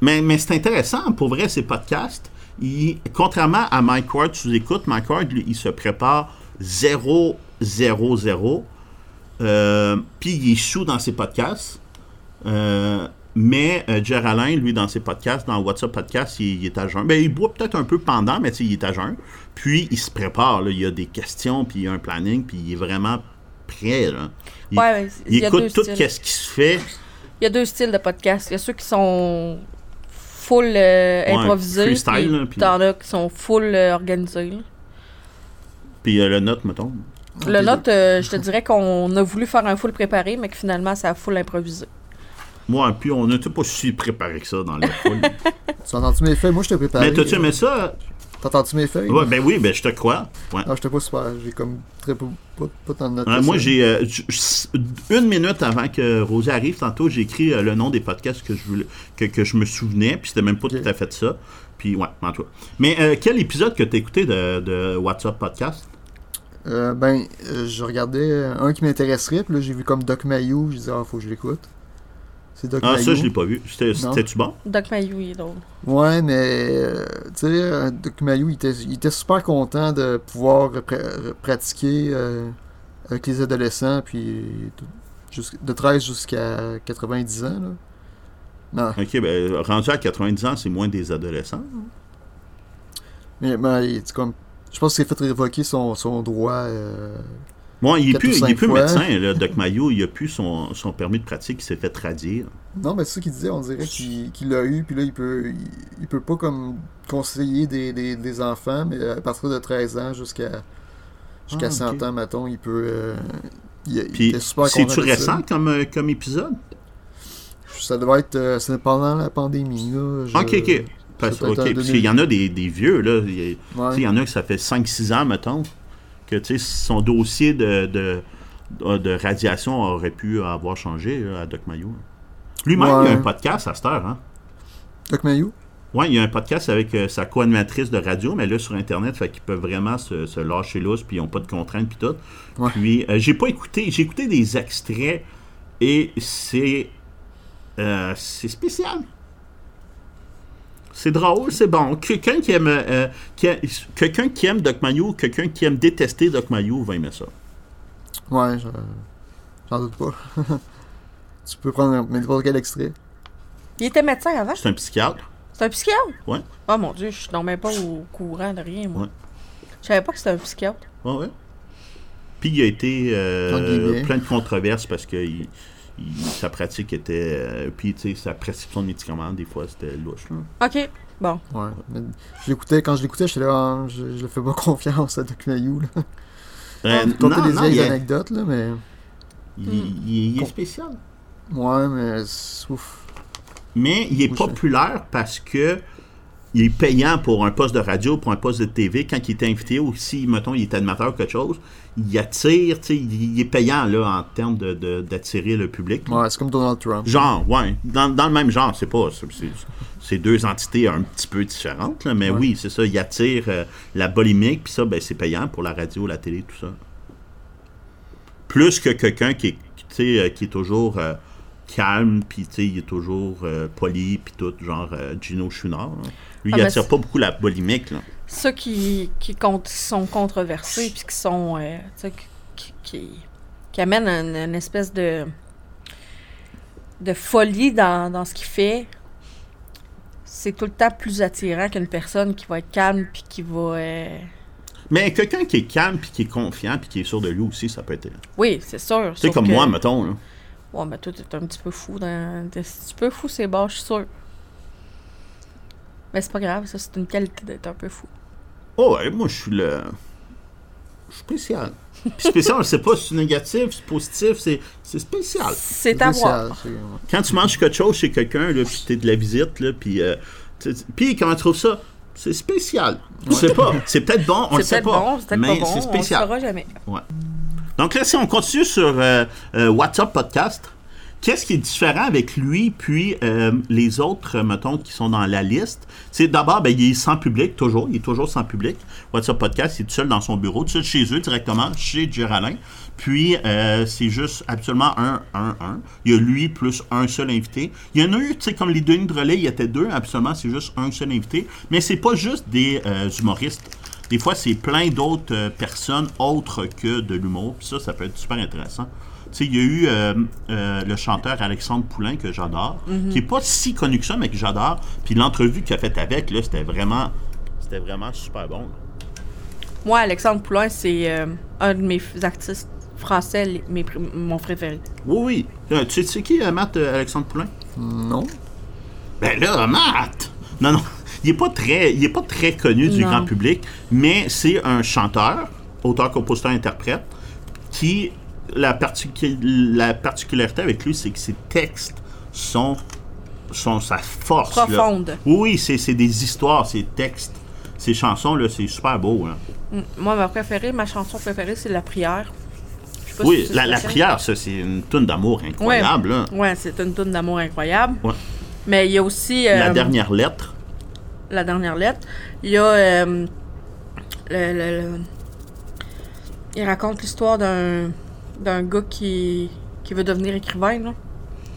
[SPEAKER 2] Mais, mais c'est intéressant, pour vrai, ces podcasts. il- contrairement à Mike Ward sous écoute, Mike Ward, lui, il se prépare 0, 0, 0. Euh, Puis il est sous dans ses podcasts. Euh, mais euh, Jer Alain, lui, dans ses podcasts, dans WhatsApp Podcast, il, il est à jeun. Ben, il boit peut-être un peu pendant, mais tu sais, il est à jeun. Puis il se prépare. là. Il y a des questions, puis il y a un planning, puis il est vraiment prêt. là. Il,
[SPEAKER 3] Ouais, ouais,
[SPEAKER 2] il
[SPEAKER 3] il y a deux
[SPEAKER 2] écoute tout
[SPEAKER 3] styles.
[SPEAKER 2] ce qui se fait.
[SPEAKER 3] Il y a deux styles de podcast. Il y a ceux qui sont full euh, improvisés.
[SPEAKER 2] freestyle,
[SPEAKER 3] puis
[SPEAKER 2] là, puis-
[SPEAKER 3] T'en as qui sont full euh, organisés. là.
[SPEAKER 2] Puis euh, le note, mettons.
[SPEAKER 3] Le nôtre, euh, je te dirais qu'on a voulu faire un full préparé, mais que finalement, c'est à full improvisé.
[SPEAKER 2] Moi, puis on n'était pas si préparé que ça dans le full.
[SPEAKER 1] Tu as entendu mes feuilles? Moi, je t'ai préparé.
[SPEAKER 2] Mais t'as-tu aimé ça?
[SPEAKER 1] euh, T'as entendu mes feuilles?
[SPEAKER 2] Ouais, ben oui, ben je te crois. Ouais.
[SPEAKER 1] Non, j'étais pas super. J'ai comme très peu, pas, pas tant de notes.
[SPEAKER 2] Ouais,
[SPEAKER 1] que
[SPEAKER 2] moi,
[SPEAKER 1] ça.
[SPEAKER 2] j'ai euh, j- j- une minute avant que Rosie arrive, tantôt, j'ai écrit euh, le nom des podcasts que je, voulais, que, que je me souvenais, puis c'était même pas
[SPEAKER 1] Ok.
[SPEAKER 2] tout à fait ça. Puis, ouais, en tout cas. Mais euh, quel épisode que t'as écouté de, de WhatsApp Podcast
[SPEAKER 1] Euh, ben, euh, je regardais un qui m'intéresserait, puis là, j'ai vu comme Doc Mayou. Je disais, ah, faut que je l'écoute. C'est Doc
[SPEAKER 2] Ah,
[SPEAKER 1] Mayou.
[SPEAKER 2] ça, je l'ai pas vu. C'était-
[SPEAKER 1] Non.
[SPEAKER 2] C'était-tu bon
[SPEAKER 3] Doc Mayou, il est drôle.
[SPEAKER 1] Ouais, mais euh, tu sais, euh, Doc Mayou, il était, il était super content de pouvoir euh, pra- euh, pratiquer euh, avec les adolescents, puis de, jusqu- de 13 jusqu'à 90 ans. Là. Non,
[SPEAKER 2] Ok, ben rendu à 90 ans, c'est moins des adolescents.
[SPEAKER 1] mais, mais il- c'est comme. Je pense qu'il s'est fait révoquer son, son droit. euh,
[SPEAKER 2] Bon, il est
[SPEAKER 1] Quatre
[SPEAKER 2] plus,
[SPEAKER 1] ou
[SPEAKER 2] il est
[SPEAKER 1] cinq
[SPEAKER 2] plus
[SPEAKER 1] fois.
[SPEAKER 2] médecin, là, Doc Mayo. Il a plus son, son permis de pratique qui s'est fait traduire.
[SPEAKER 1] Non, mais c'est ça qu'il disait, on dirait qu'il qu'il l'a eu, puis là, il peut, il, il peut pas comme conseiller des, des, des enfants, mais euh, à partir de 13 ans jusqu'à jusqu'à
[SPEAKER 2] Ah,
[SPEAKER 1] 100
[SPEAKER 2] ok.
[SPEAKER 1] ans, mettons, il peut. euh, il, il
[SPEAKER 2] Puis,
[SPEAKER 1] était super
[SPEAKER 2] c'est-tu
[SPEAKER 1] content de ça.
[SPEAKER 2] récent comme, euh, comme épisode
[SPEAKER 1] Ça doit être euh, c'est pendant la pandémie. Là, je-
[SPEAKER 2] Ok, ok. Parce,
[SPEAKER 1] peut-être
[SPEAKER 2] ok,
[SPEAKER 1] en
[SPEAKER 2] parce qu'il y en a des, des vieux, là. Il y a-
[SPEAKER 1] Ouais.
[SPEAKER 2] Tu sais, Il y en a que ça fait 5-6 ans, mettons, que tu sais, son dossier de, de, de radiation aurait pu avoir changé là, à Doc Mayo. Lui-même, il a
[SPEAKER 1] Ouais.
[SPEAKER 2] un podcast à cette heure. Hein?
[SPEAKER 1] Doc Mayou?
[SPEAKER 2] Oui, il y a un podcast avec euh, sa co-animatrice de radio, mais là, sur Internet, fait qu'ils peuvent vraiment se, se lâcher lousse, puis ils n'ont pas de contraintes, puis tout.
[SPEAKER 1] Ouais.
[SPEAKER 2] Puis, euh, j'ai pas écouté, j'ai écouté des extraits, et c'est. euh, c'est spécial. C'est drôle, c'est bon. Quelqu'un qui aime. euh, qui a- quelqu'un qui aime Doc Mayo, quelqu'un qui aime détester Doc Mayo va aimer ça.
[SPEAKER 1] Ouais, je- j'en doute pas. tu peux prendre un- n'importe quel extrait.
[SPEAKER 3] Il était médecin avant.
[SPEAKER 2] C'est un psychiatre.
[SPEAKER 3] C'est un psychiatre?
[SPEAKER 2] Ouais.
[SPEAKER 3] Oh mon Dieu, je suis non même pas au courant de rien, moi.
[SPEAKER 2] Ouais.
[SPEAKER 3] Je savais pas que c'était un psychiatre.
[SPEAKER 2] Ah Ouais, ouais. Puis il a été euh,
[SPEAKER 1] Entre guillemets.
[SPEAKER 2] plein de controverses parce que il- il- sa pratique était. euh, puis, tu sais, sa prescription de médicaments, des fois, c'était louche. là.
[SPEAKER 3] OK. Bon.
[SPEAKER 1] Ouais. mais je l'écoutais, quand je l'écoutais, j'étais là, ah, je, je le fais pas confiance à Doc Mayou. Là.
[SPEAKER 2] Euh,
[SPEAKER 1] Il comptait
[SPEAKER 2] non,
[SPEAKER 1] des
[SPEAKER 2] non,
[SPEAKER 1] vieilles
[SPEAKER 2] il, est-
[SPEAKER 1] anecdotes, là, mais.
[SPEAKER 2] il- il- il est spécial.
[SPEAKER 1] Ouais, mais. c'est- Ouf.
[SPEAKER 2] Mais il est
[SPEAKER 1] Oui,
[SPEAKER 2] populaire parce que il est payant pour un poste de radio, pour un poste de TV. Quand il était invité ou si, mettons, il est animateur ou quelque chose, il attire, tu sais, il, il est payant là, en termes de- de- d'attirer le public.
[SPEAKER 1] Ouais, c'est comme Donald Trump.
[SPEAKER 2] Genre, ouais. Dans, dans le même genre, c'est pas. c'est- c'est- C'est deux entités un petit peu différentes, là, mais
[SPEAKER 1] Ouais.
[SPEAKER 2] oui, c'est ça. Il attire euh, la boulimique, puis ça, ben, c'est payant pour la radio, la télé, tout ça. Plus que quelqu'un qui, est- qui, tu sais, euh, qui est toujours euh, calme, puis tu sais, il est toujours euh, poli, puis tout, genre euh, Gino Chouinard. là. Lui,
[SPEAKER 3] Ah,
[SPEAKER 2] il
[SPEAKER 3] mais
[SPEAKER 2] attire
[SPEAKER 3] c'est-
[SPEAKER 2] pas beaucoup la boulimique. Là.
[SPEAKER 3] Ceux qui, qui, comptent- qui sont controversés puis qui sont. euh, tu sais, qui, qui- qui- qui amènent une, une espèce de. de folie dans, dans ce qu'il fait, c'est tout le temps plus attirant qu'une personne qui va être calme puis qui va. euh,
[SPEAKER 2] Mais quelqu'un qui est calme, puis qui est confiant, puis qui est sûr de lui aussi, ça peut être.
[SPEAKER 3] Oui, c'est sûr.
[SPEAKER 2] Tu sais, comme moi, mettons. Là.
[SPEAKER 3] Ouais, mais toi, t'es un petit peu fou dans. T'es un petit peu fou, c'est bon, je suis sûr. Mais c'est pas grave, ça, c'est une qualité d'être un peu fou.
[SPEAKER 2] Oh ouais, moi je suis le. Je suis spécial. Puis spécial, je sais pas si c'est négatif, c'est positif, c'est, c'est spécial.
[SPEAKER 3] C'est à voir.
[SPEAKER 1] Spécial, c'est-
[SPEAKER 2] Quand tu manges quelque chose chez quelqu'un, là, puis t'es de la visite, là, puis. euh, tu- tu- puis comment tu trouves ça? C'est spécial. Je sais pas. C'est peut-être bon, on le
[SPEAKER 3] C'est
[SPEAKER 2] sait
[SPEAKER 3] peut-être
[SPEAKER 2] pas.
[SPEAKER 3] bon, c'est peut-être
[SPEAKER 2] mais
[SPEAKER 3] pas bon,
[SPEAKER 2] c'est
[SPEAKER 3] on
[SPEAKER 2] spécial.
[SPEAKER 3] le saura jamais.
[SPEAKER 2] Ouais. Donc là, si on continue sur euh, euh, WhatsApp Podcast, Qu'est-ce qui est différent avec lui, puis euh, les autres, euh, mettons, qui sont dans la liste? C'est d'abord, ben, il est sans public, toujours. Il est toujours sans public. WhatsApp Podcast, il est tout seul dans son bureau, tout seul chez eux, directement, chez Géraldin. Puis, euh, c'est juste absolument un, un, un. Il y a lui plus un seul invité. Il y en a eu, tu sais, comme les Denis de relais, il y était deux, absolument, c'est juste un seul invité. Mais c'est pas juste des euh, humoristes. Des fois, c'est plein d'autres euh, personnes autres que de l'humour. Puis ça, ça peut être super intéressant. Tu sais, il y a eu euh, euh, le chanteur Alexandre Poulain que j'adore, qui est pas si connu que ça, mais que j'adore. Puis l'entrevue qu'il a faite avec, là, c'était vraiment, c'était vraiment super bon. là.
[SPEAKER 3] Moi, Alexandre Poulain, c'est euh, un de mes f- artistes français, les- mes pr- mon préféré.
[SPEAKER 2] Oui, oui. Euh, tu sais- tu sais qui, euh, Matt euh, Alexandre Poulain?
[SPEAKER 1] Non.
[SPEAKER 2] Ben là, Matt! Non, non. Il est pas très, il est pas très connu du
[SPEAKER 3] Non.
[SPEAKER 2] grand public, mais c'est un chanteur, auteur, compositeur, interprète, qui la, particu- la particularité avec lui, c'est que ses textes sont, sont sa force. là.
[SPEAKER 3] Profonde.
[SPEAKER 2] Oui, oui, c'est c'est des histoires, ces textes, ces chansons là, c'est super beau. hein. là.
[SPEAKER 3] Mm. Moi, ma préférée, ma chanson préférée, c'est La prière. Je sais pas
[SPEAKER 2] Oui,
[SPEAKER 3] si tu
[SPEAKER 2] la,
[SPEAKER 3] sais
[SPEAKER 2] la
[SPEAKER 3] ça.
[SPEAKER 2] prière, ça, c'est une tonne d'amour
[SPEAKER 3] Ouais,
[SPEAKER 2] incroyable. là.
[SPEAKER 3] ouais c'est une toune d'amour incroyable.
[SPEAKER 2] Ouais.
[SPEAKER 3] Mais il y a aussi euh,
[SPEAKER 2] La dernière lettre.
[SPEAKER 3] la dernière lettre. Il y a euh, le- le- le- il raconte l'histoire d'un d'un gars qui qui veut devenir écrivain là.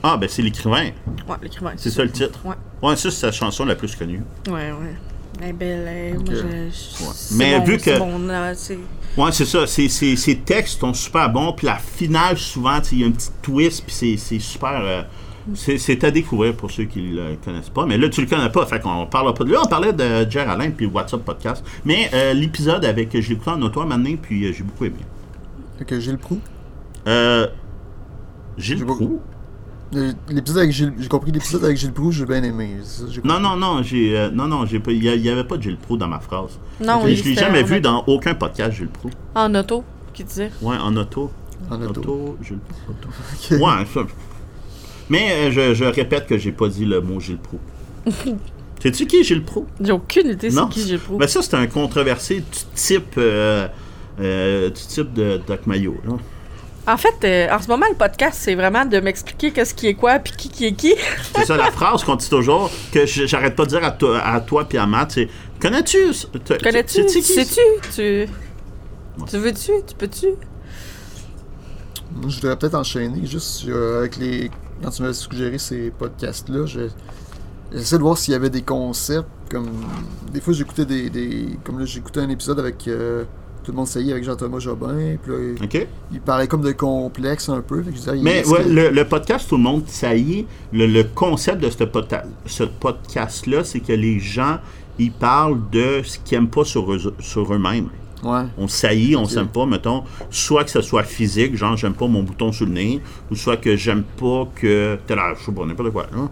[SPEAKER 2] Ah, ben c'est l'écrivain.
[SPEAKER 3] Ouais, l'écrivain.
[SPEAKER 2] C'est ça le titre.
[SPEAKER 3] Ouais.
[SPEAKER 2] Ouais, ça, c'est sa chanson la plus connue.
[SPEAKER 3] Ouais, ouais. Elle est belle. elle,
[SPEAKER 1] Ok.
[SPEAKER 3] moi, je- je-
[SPEAKER 2] euh, Ouais.
[SPEAKER 3] c'est
[SPEAKER 2] Mais
[SPEAKER 3] bon,
[SPEAKER 2] vu
[SPEAKER 3] c'est
[SPEAKER 2] que-
[SPEAKER 3] bon, là, c'est-
[SPEAKER 2] Ouais, c'est ça. Ces ces- ces textes sont super bons. Puis la finale, souvent, tu sais, il y a un petit twist. Puis c'est- c'est super. euh, c'est c'est à découvrir pour ceux qui ne le connaissent pas. Mais là, tu le connais pas. Fait qu'on parle pas de lui. On parlait de Jer Alain puis WhatsApp Podcast. Mais euh, l'épisode avec. Je l'ai écouté en auto à un moment donné, Puis euh, j'ai beaucoup aimé.
[SPEAKER 1] Fait que Gilles Proux.
[SPEAKER 2] Euh, Gilles
[SPEAKER 1] J'ai pas-
[SPEAKER 2] Proulx?
[SPEAKER 1] Euh, L'épisode avec Gilles. J'ai compris l'épisode avec Gilles Proux, j'ai bien aimé. Ça, j'ai
[SPEAKER 2] Non, non, non. j'ai euh, non, non. j'ai pas- Il n'y avait pas de Gilles Pro dans ma phrase.
[SPEAKER 3] Non,
[SPEAKER 2] Mais
[SPEAKER 3] il
[SPEAKER 2] je l'ai
[SPEAKER 3] était
[SPEAKER 2] jamais
[SPEAKER 3] en
[SPEAKER 2] vu
[SPEAKER 3] auto.
[SPEAKER 2] dans aucun podcast, Gilles Pro.
[SPEAKER 3] En auto, qui disait.
[SPEAKER 2] Ouais, en auto.
[SPEAKER 1] En auto.
[SPEAKER 2] Gilles Proulx. Ouais, ça. Mais euh, je, je répète que j'ai pas dit le mot Gilles Pro. Sais-tu qui est Gilles Pro?
[SPEAKER 3] J'ai aucune idée c'est
[SPEAKER 2] Non.
[SPEAKER 3] qui j'ai prouvé.
[SPEAKER 2] Ben ça, c'est un controversé du type, euh, euh, du type de Doc Mayo. là.
[SPEAKER 3] En fait, euh, en ce moment, le podcast, c'est vraiment de m'expliquer qu'est-ce qui est quoi, puis qui qui est qui.
[SPEAKER 2] C'est ça la phrase qu'on dit toujours, que je- j'arrête pas de dire à toi, à toi puis à Matt, c'est « Connais-tu? ce- te-
[SPEAKER 3] Connais-tu?
[SPEAKER 2] sais-tu
[SPEAKER 3] Tu
[SPEAKER 2] qui c'est-
[SPEAKER 3] sais-tu? Tu... Tu veux-tu? Tu peux-tu?
[SPEAKER 1] Moi, Je voudrais peut-être enchaîner juste sur- avec les. Quand tu m'as suggéré ces podcasts-là, je- j'essaie de voir s'il y avait des concepts. Comme des fois, j'écoutais des, des- comme là, j'écoutais un épisode avec euh, tout le monde saillit avec Jean-Thomas Jobin. Puis là, il-
[SPEAKER 2] OK.
[SPEAKER 1] il parlait comme de complexe un peu. Fait que je disais, ah,
[SPEAKER 2] Mais
[SPEAKER 1] est-ce
[SPEAKER 2] ouais,
[SPEAKER 1] que-
[SPEAKER 2] le, le podcast Tout le monde ça y est, le, le concept de ce, pota- ce podcast-là, c'est que les gens, ils parlent de ce qu'ils n'aiment pas sur eux- sur eux-mêmes.
[SPEAKER 1] Ouais.
[SPEAKER 2] on saillit, on s'aime pas, mettons, soit que ce soit physique, genre j'aime pas mon bouton sur le nez, ou soit que j'aime pas que t'as l'air, je sais pas, n'importe quoi, là.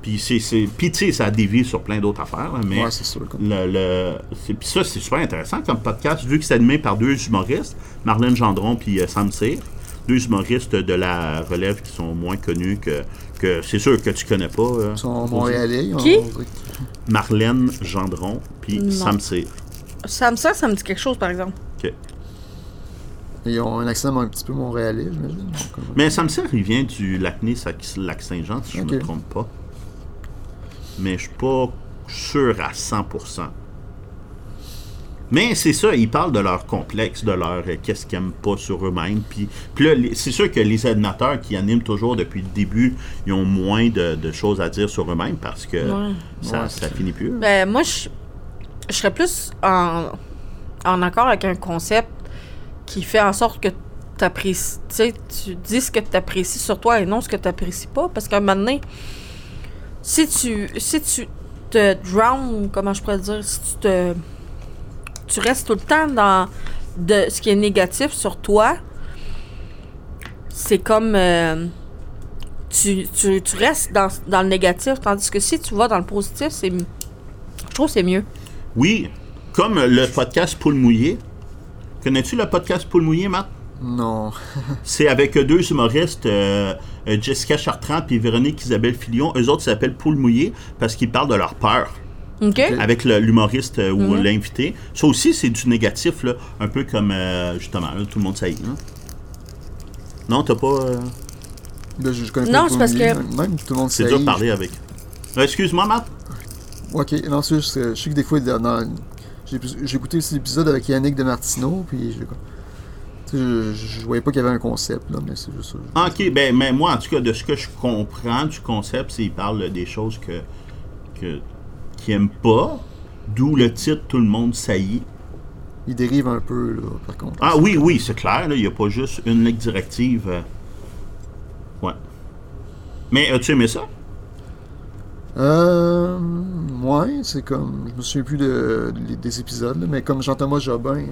[SPEAKER 2] Puis c'est, c'est, puis tu sais, ça dévie sur plein d'autres affaires, là, mais
[SPEAKER 1] Ouais, c'est sûr. comme-
[SPEAKER 2] le, le- c'est- puis ça, c'est super intéressant comme podcast, vu que c'est animé par deux humoristes, Marlène Gendron puis euh, Sam Cyr, deux humoristes de la relève qui sont moins connus que, que c'est sûr que tu connais pas, euh,
[SPEAKER 1] Ils sont montréalais. on-
[SPEAKER 3] Qui?
[SPEAKER 1] on-
[SPEAKER 2] Marlène Gendron puis
[SPEAKER 3] Non.
[SPEAKER 2] Sam Cyr.
[SPEAKER 3] Ça me sert, ça me dit quelque chose, par exemple.
[SPEAKER 2] OK.
[SPEAKER 1] Ils ont un accent un petit peu montréalais, j'imagine. donc, comme-
[SPEAKER 2] Mais Sam Cyr, il vient du Lac-Saint-Jean, si je ne me
[SPEAKER 1] Ok.
[SPEAKER 2] trompe pas. Mais je suis pas sûr à 100%. Mais c'est ça, ils parlent de leur complexe, de leur euh, qu'est-ce qu'ils aiment pas sur eux-mêmes. Puis, puis là, les- c'est sûr que les animateurs qui animent toujours depuis le début, ils ont moins de, de choses à dire sur eux-mêmes parce que
[SPEAKER 3] Ouais.
[SPEAKER 2] ça,
[SPEAKER 1] Ouais,
[SPEAKER 2] ça
[SPEAKER 1] c'est-
[SPEAKER 2] finit plus. là.
[SPEAKER 3] Ben, moi, je, je serais plus en, en accord avec un concept qui fait en sorte que t'apprécies- tu sais, tu dis ce que tu apprécies sur toi et non ce que tu n'apprécies pas. Parce qu'à un moment donné, si tu, si tu te drown, comment je pourrais dire, si tu te. Tu restes tout le temps dans de ce qui est négatif sur toi, c'est comme. euh, tu, tu, tu restes dans, dans le négatif, tandis que si tu vas dans le positif, c'est. m- Je trouve que c'est mieux.
[SPEAKER 2] Oui, comme le podcast Poule Mouillée. Connais-tu le podcast Poule Mouillée, Matt?
[SPEAKER 1] Non.
[SPEAKER 2] C'est avec euh, deux humoristes, euh, euh, Jessica Chartrand puis Véronique Isabelle Filion. Eux autres s'appellent Poule mouillée parce qu'ils parlent de leur peur
[SPEAKER 3] OK?
[SPEAKER 2] avec le- l'humoriste euh, ou l'invité. Ça aussi, c'est du négatif, là, un hein. peu comme, euh, justement, là, tout le monde sait. Non, t'as pas... euh,
[SPEAKER 1] Ben, je, je connais
[SPEAKER 3] Non,
[SPEAKER 1] pas
[SPEAKER 3] c'est parce
[SPEAKER 1] Boomly,
[SPEAKER 3] que-
[SPEAKER 1] Même, même tout le monde
[SPEAKER 2] C'est
[SPEAKER 1] sait.
[SPEAKER 2] dur de parler avec. Euh, Excuse-moi, Matt.
[SPEAKER 1] Ok, non, c'est juste que je sais que des fois, dans- dans- j'ai j'ai écouté aussi l'épisode avec Yannick de Martino, puis je, tu sais, je, je- je voyais pas qu'il y avait un concept, là, mais c'est juste ça.
[SPEAKER 2] Ah, Ok, ben, mais moi, en tout cas, de ce que je comprends du concept, c'est qu'il parle des choses que, que, qu'il aime pas, d'où le titre Tout le monde saillit.
[SPEAKER 1] Il dérive un peu, là, par contre.
[SPEAKER 2] Ah oui, oui, c'est clair, là, il n'y a pas juste une ligne directive. euh. Ouais. Mais as-tu aimé ça?
[SPEAKER 1] Euh. Ouais, c'est comme. Je me souviens plus de, de- des épisodes, là, mais comme Jean-Thomas Jobin,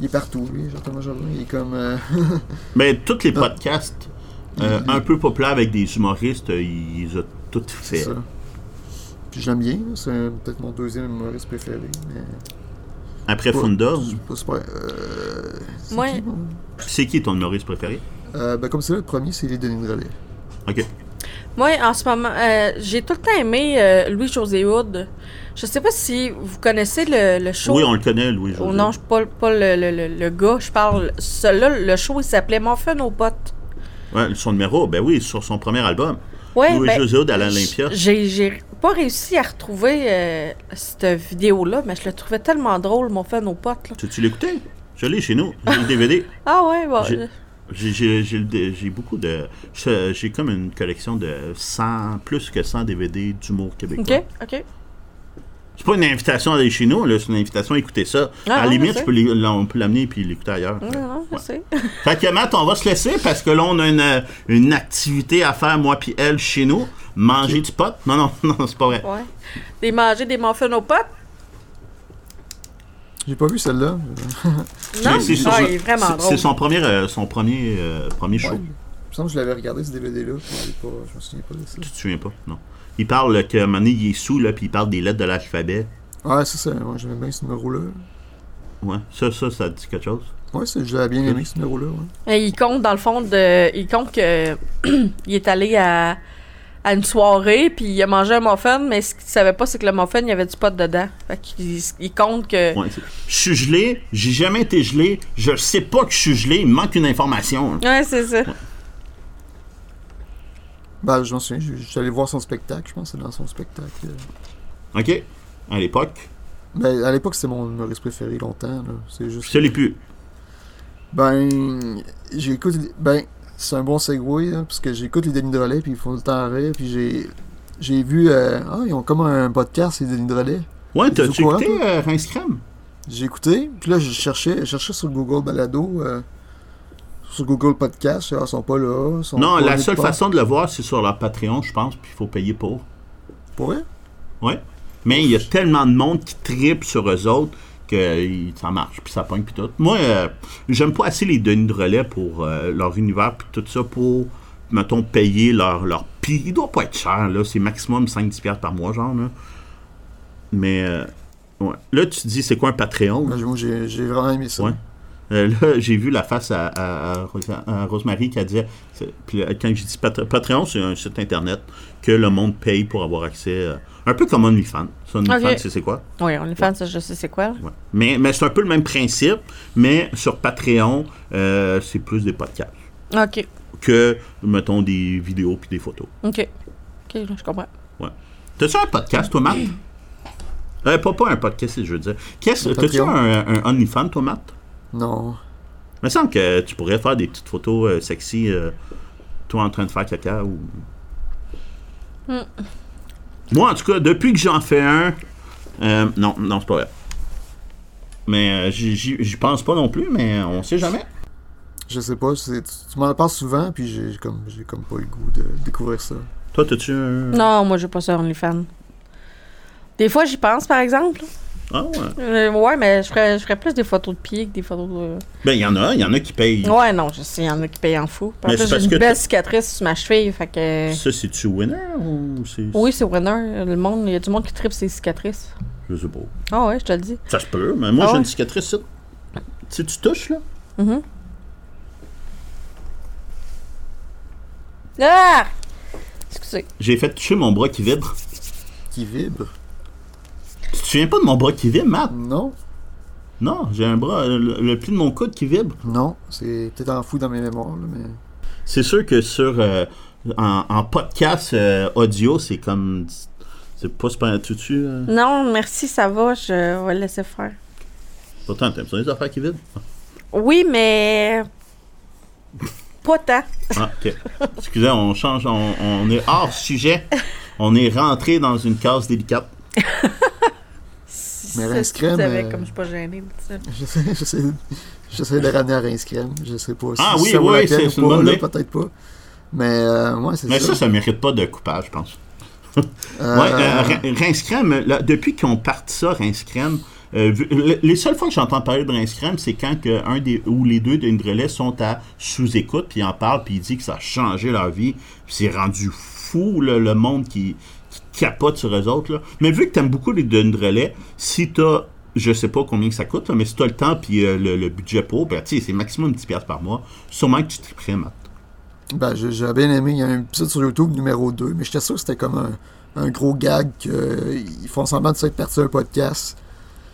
[SPEAKER 1] il est partout, lui, Jean-Thomas Jobin. Il est comme. euh,
[SPEAKER 2] Mais Ben, tous les podcasts euh, un peu populaires avec des humoristes, euh, ils ont tout
[SPEAKER 1] c'est
[SPEAKER 2] fait.
[SPEAKER 1] ça. Puis j'aime bien, là, c'est un- peut-être mon deuxième humoriste préféré, mais.
[SPEAKER 2] Après
[SPEAKER 1] Ouais.
[SPEAKER 2] Funda,
[SPEAKER 1] C'est pas super. Euh. c'est
[SPEAKER 3] Moi-
[SPEAKER 1] qui, bon?
[SPEAKER 2] c'est qui ton humoriste préféré?
[SPEAKER 1] Euh, ben, comme c'est là, le premier, c'est les Denis de Relais.
[SPEAKER 2] Ok.
[SPEAKER 3] Moi, en ce moment, euh, j'ai tout le temps aimé euh, Louis-José Hood. Je sais pas si vous connaissez le, le show.
[SPEAKER 2] Oui, on le connaît, Louis
[SPEAKER 3] Oh
[SPEAKER 2] José.
[SPEAKER 3] non, je- pas, pas le, le, le- le gars, je parle. Celui-là, le show, il s'appelait Mon fun aux potes.
[SPEAKER 2] Ouais, son numéro, ben oui, sur son premier album.
[SPEAKER 3] Ouais,
[SPEAKER 2] Louis
[SPEAKER 3] ben,
[SPEAKER 2] José Hood à l'Olympia.
[SPEAKER 3] J'ai j'ai pas réussi à retrouver euh, cette vidéo-là, mais je le trouvais tellement drôle, Mon fun aux potes. là.
[SPEAKER 2] Tu, tu l'écoutais? Je l'ai chez nous. J'ai le DVD.
[SPEAKER 3] Ah ouais, bon.
[SPEAKER 2] J'ai- J'ai- J'ai j'ai le dé- j'ai beaucoup de. je- J'ai comme une collection de 100, plus que 100 DVD d'humour québécois.
[SPEAKER 3] Ok, ok.
[SPEAKER 2] C'est pas une invitation à aller chez nous, là, c'est une invitation à écouter ça. à
[SPEAKER 3] Ah, ouais,
[SPEAKER 2] la
[SPEAKER 3] je
[SPEAKER 2] limite,
[SPEAKER 3] sais.
[SPEAKER 2] tu peux l'é- l'en- on peut l'amener et puis l'écouter ailleurs.
[SPEAKER 3] Non, non, je
[SPEAKER 2] Ouais.
[SPEAKER 3] sais.
[SPEAKER 2] Fait que Matt, on va se laisser parce que là, on a une, euh, une activité à faire, moi puis elle, chez nous. Manger du pot. Non, non, non, c'est pas vrai.
[SPEAKER 3] Ouais. Des manger des muffins aux potes.
[SPEAKER 1] J'ai pas vu celle-là.
[SPEAKER 3] Non,
[SPEAKER 2] Mais c'est son-
[SPEAKER 3] ah, il est vraiment
[SPEAKER 2] c'est-
[SPEAKER 3] drôle.
[SPEAKER 2] c'est son premier, euh, son premier, euh, premier show.
[SPEAKER 1] Ouais. Il me semble que je l'avais regardé ce DVD-là. puis je l'ai pas- Je me souviens pas de ça.
[SPEAKER 2] Tu te souviens pas, non. Il parle que, à un moment donné, il est sous, là, puis il parle des lettres de l'alphabet.
[SPEAKER 1] Ah, ça, c'est. Ouais, j'aimais bien ce numéro-là.
[SPEAKER 2] Ouais, ça, ça, ça te dit quelque chose.
[SPEAKER 3] Euh,
[SPEAKER 1] Ouais, c'est- je l'avais bien aimé, ce numéro-là. Ouais.
[SPEAKER 3] Et Euh, il compte, dans le fond, de, il compte que il est allé à, à une soirée, puis il a mangé un muffin, mais ce qu'il savait pas, c'est que le muffin, il y avait du pot dedans. Fait qu'il il compte que...
[SPEAKER 2] Ouais, c'est- je suis gelé, j'ai jamais été gelé, je sais pas que je suis gelé, il me manque une information. là.
[SPEAKER 3] Ouais, c'est ça.
[SPEAKER 1] Ben, je m'en souviens, je je suis allé voir son spectacle, je pense, c'est dans son spectacle.
[SPEAKER 2] OK? À l'époque.
[SPEAKER 1] Ben, à l'époque, c'était mon humoriste préféré longtemps, là. C'est juste.
[SPEAKER 2] Je l'ai plus.
[SPEAKER 1] Ben, j'écoute. Ben, c'est un bon segway, là, parce que j'écoute les Denis Drolet, puis ils font le temps rire, puis j'ai. J'ai vu. euh, ah, ils ont comme un podcast, les Denis Drolet.
[SPEAKER 2] Ouais,
[SPEAKER 1] Ils
[SPEAKER 2] t'as-tu
[SPEAKER 1] jouent quoi,
[SPEAKER 2] écouté euh, Rince Crème?
[SPEAKER 1] J'ai écouté, puis là, je cherchais, je cherchais sur Google Balado, euh, sur Google Podcast, ah, ils sont pas là. ils sont
[SPEAKER 2] Non,
[SPEAKER 1] pas
[SPEAKER 2] la
[SPEAKER 1] nulle
[SPEAKER 2] seule
[SPEAKER 1] part.
[SPEAKER 2] façon de le voir, c'est sur leur Patreon, je pense, puis il faut payer pour.
[SPEAKER 1] Pour vrai?
[SPEAKER 2] Ouais. Mais il y a tellement de monde qui tripe sur eux autres que euh, il- ça marche, puis ça pogne, puis tout. Moi, euh, j'aime pas assez les Denis de relais pour euh, leur univers, puis tout ça, pour, mettons, payer leur, leur prix. Il doit pas être cher, là. C'est maximum 5-10$ piastres par mois, genre, là. Mais, euh, ouais. Là, tu te dis, c'est quoi un Patreon?
[SPEAKER 1] Ben, j'ai- moi, j'ai j'ai vraiment aimé ça.
[SPEAKER 2] Ouais. Euh, là, j'ai vu la face à, à- à Rosa- à Rosemary qui a dit, c'est- puis euh, quand je dis Pat- Patreon, c'est un site internet que le monde paye pour avoir accès, euh, un peu comme OnlyFans. Ça, OnlyFans,
[SPEAKER 3] Ok.
[SPEAKER 2] tu sais c'est quoi?
[SPEAKER 3] Oui, on est fan, ça, je sais c'est quoi. là.
[SPEAKER 2] Ouais. Mais, mais c'est un peu le même principe, mais sur Patreon, euh, c'est plus des podcasts
[SPEAKER 3] OK,
[SPEAKER 2] que, mettons, des vidéos puis des photos.
[SPEAKER 3] OK. OK, je comprends.
[SPEAKER 2] Ouais. T'as-tu un podcast, toi, Matt? Euh, pas, pas un podcast, c'est ce que je veux dire. Qu'est-ce,
[SPEAKER 1] Un
[SPEAKER 2] t'as-tu
[SPEAKER 1] Patreon?
[SPEAKER 2] un, un OnlyFans, toi, Matt?
[SPEAKER 1] Non.
[SPEAKER 2] Il me semble que tu pourrais faire des petites photos euh, sexy, euh, toi en train de faire caca ou.
[SPEAKER 3] Hmm.
[SPEAKER 2] Moi, en tout cas, depuis que j'en fais un. euh, non, non, c'est pas vrai. Mais euh, j'y- j'y j'y pense pas non plus, mais on sait jamais.
[SPEAKER 1] Je sais pas, c'est- tu, tu m'en parles souvent, puis j'ai comme, j'ai comme pas le goût de découvrir ça.
[SPEAKER 2] Toi, t'as-tu un.
[SPEAKER 3] Non, moi, j'ai pas ça, on est fan. Des fois, j'y pense, par exemple.
[SPEAKER 2] Ah ouais.
[SPEAKER 3] Euh, ouais, mais je ferais, je ferais plus des photos de pieds que des photos de...
[SPEAKER 2] Ben, il y en a, il y en a qui payent.
[SPEAKER 3] Ouais, non, je sais, il y en a qui payent en fou. En
[SPEAKER 2] Mm. Mais
[SPEAKER 3] plus,
[SPEAKER 2] c'est
[SPEAKER 3] j'ai
[SPEAKER 2] parce
[SPEAKER 3] une
[SPEAKER 2] que
[SPEAKER 3] belle
[SPEAKER 2] tu-
[SPEAKER 3] cicatrice sur ma cheville, fait que...
[SPEAKER 2] Ça, c'est-tu winner ou c'est.
[SPEAKER 3] Oui, c'est winner. Le monde, il y a du monde qui tripe ses cicatrices.
[SPEAKER 2] Je sais pas.
[SPEAKER 3] Ah ouais, je te le dis.
[SPEAKER 2] Ça se peut, mais moi,
[SPEAKER 3] Ah
[SPEAKER 2] j'ai
[SPEAKER 3] ouais.
[SPEAKER 2] une cicatrice. ici. Tu sais, tu touches, là.
[SPEAKER 3] Ah! Excusez.
[SPEAKER 2] J'ai fait toucher mon bras qui vibre.
[SPEAKER 1] Qui vibre?
[SPEAKER 2] Tu te souviens pas de mon bras qui vibre, Matt?
[SPEAKER 1] Non.
[SPEAKER 2] Non, j'ai un bras, le, le pli de mon coude qui vibre.
[SPEAKER 1] Non. C'est peut-être en fou dans mes mémoires, là, mais.
[SPEAKER 2] C'est sûr que sur euh, en, en podcast euh, audio, c'est comme c'est pas super tout dessus. euh.
[SPEAKER 3] Non, merci, ça va, je vais laisser faire.
[SPEAKER 2] Pourtant, t'aimes ça les affaires qui vident?
[SPEAKER 3] Oui, mais. Pas tant.
[SPEAKER 2] Ah, ok. Excusez, on change, on, on est hors sujet. On est rentré dans une case délicate.
[SPEAKER 3] Si
[SPEAKER 1] Mais
[SPEAKER 3] ça
[SPEAKER 1] Rince
[SPEAKER 3] se
[SPEAKER 1] Crème,
[SPEAKER 3] savait,
[SPEAKER 1] euh,
[SPEAKER 3] comme je suis pas gênée. de ça.
[SPEAKER 1] J'essaie- J'essaie j'essaie de ramener à Rince Crème. Je sais pas si
[SPEAKER 2] Ah oui,
[SPEAKER 1] ça vaut la
[SPEAKER 2] oui,
[SPEAKER 1] peine
[SPEAKER 2] c'est-
[SPEAKER 1] ou
[SPEAKER 2] c'est une
[SPEAKER 1] pas,
[SPEAKER 2] bonne
[SPEAKER 1] là,
[SPEAKER 2] idée.
[SPEAKER 1] peut-être pas. Mais euh, ouais, c'est
[SPEAKER 2] Mais ça,
[SPEAKER 1] ça.
[SPEAKER 2] ça mérite pas de coupage, je pense.
[SPEAKER 1] Euh,
[SPEAKER 2] Ouais, euh, Rein- Rince Crème, là, depuis qu'on partit ça, Rince Crème, euh, vu- le- les seules fois que j'entends parler de Rince Crème, c'est quand que un des, ou les deux d'une relais sont à sous-écoute, puis ils en parlent, puis ils disent que ça a changé leur vie, puis c'est rendu fou là, le monde qui, qui capote sur eux autres. là. Mais vu que t'aimes beaucoup les d'une relais, si t'as, je sais pas combien que ça coûte, là, mais si t'as le temps, puis euh, le, le budget pour, ben, tu sais, c'est maximum 10$ piastres par mois, sûrement que tu t'y prends, Matt.
[SPEAKER 1] Ben, j'ai j'ai bien aimé. Il y a un épisode sur YouTube numéro 2, mais j'étais sûr que c'était comme un, un gros gag qu'ils font semblant de s'être partis un podcast.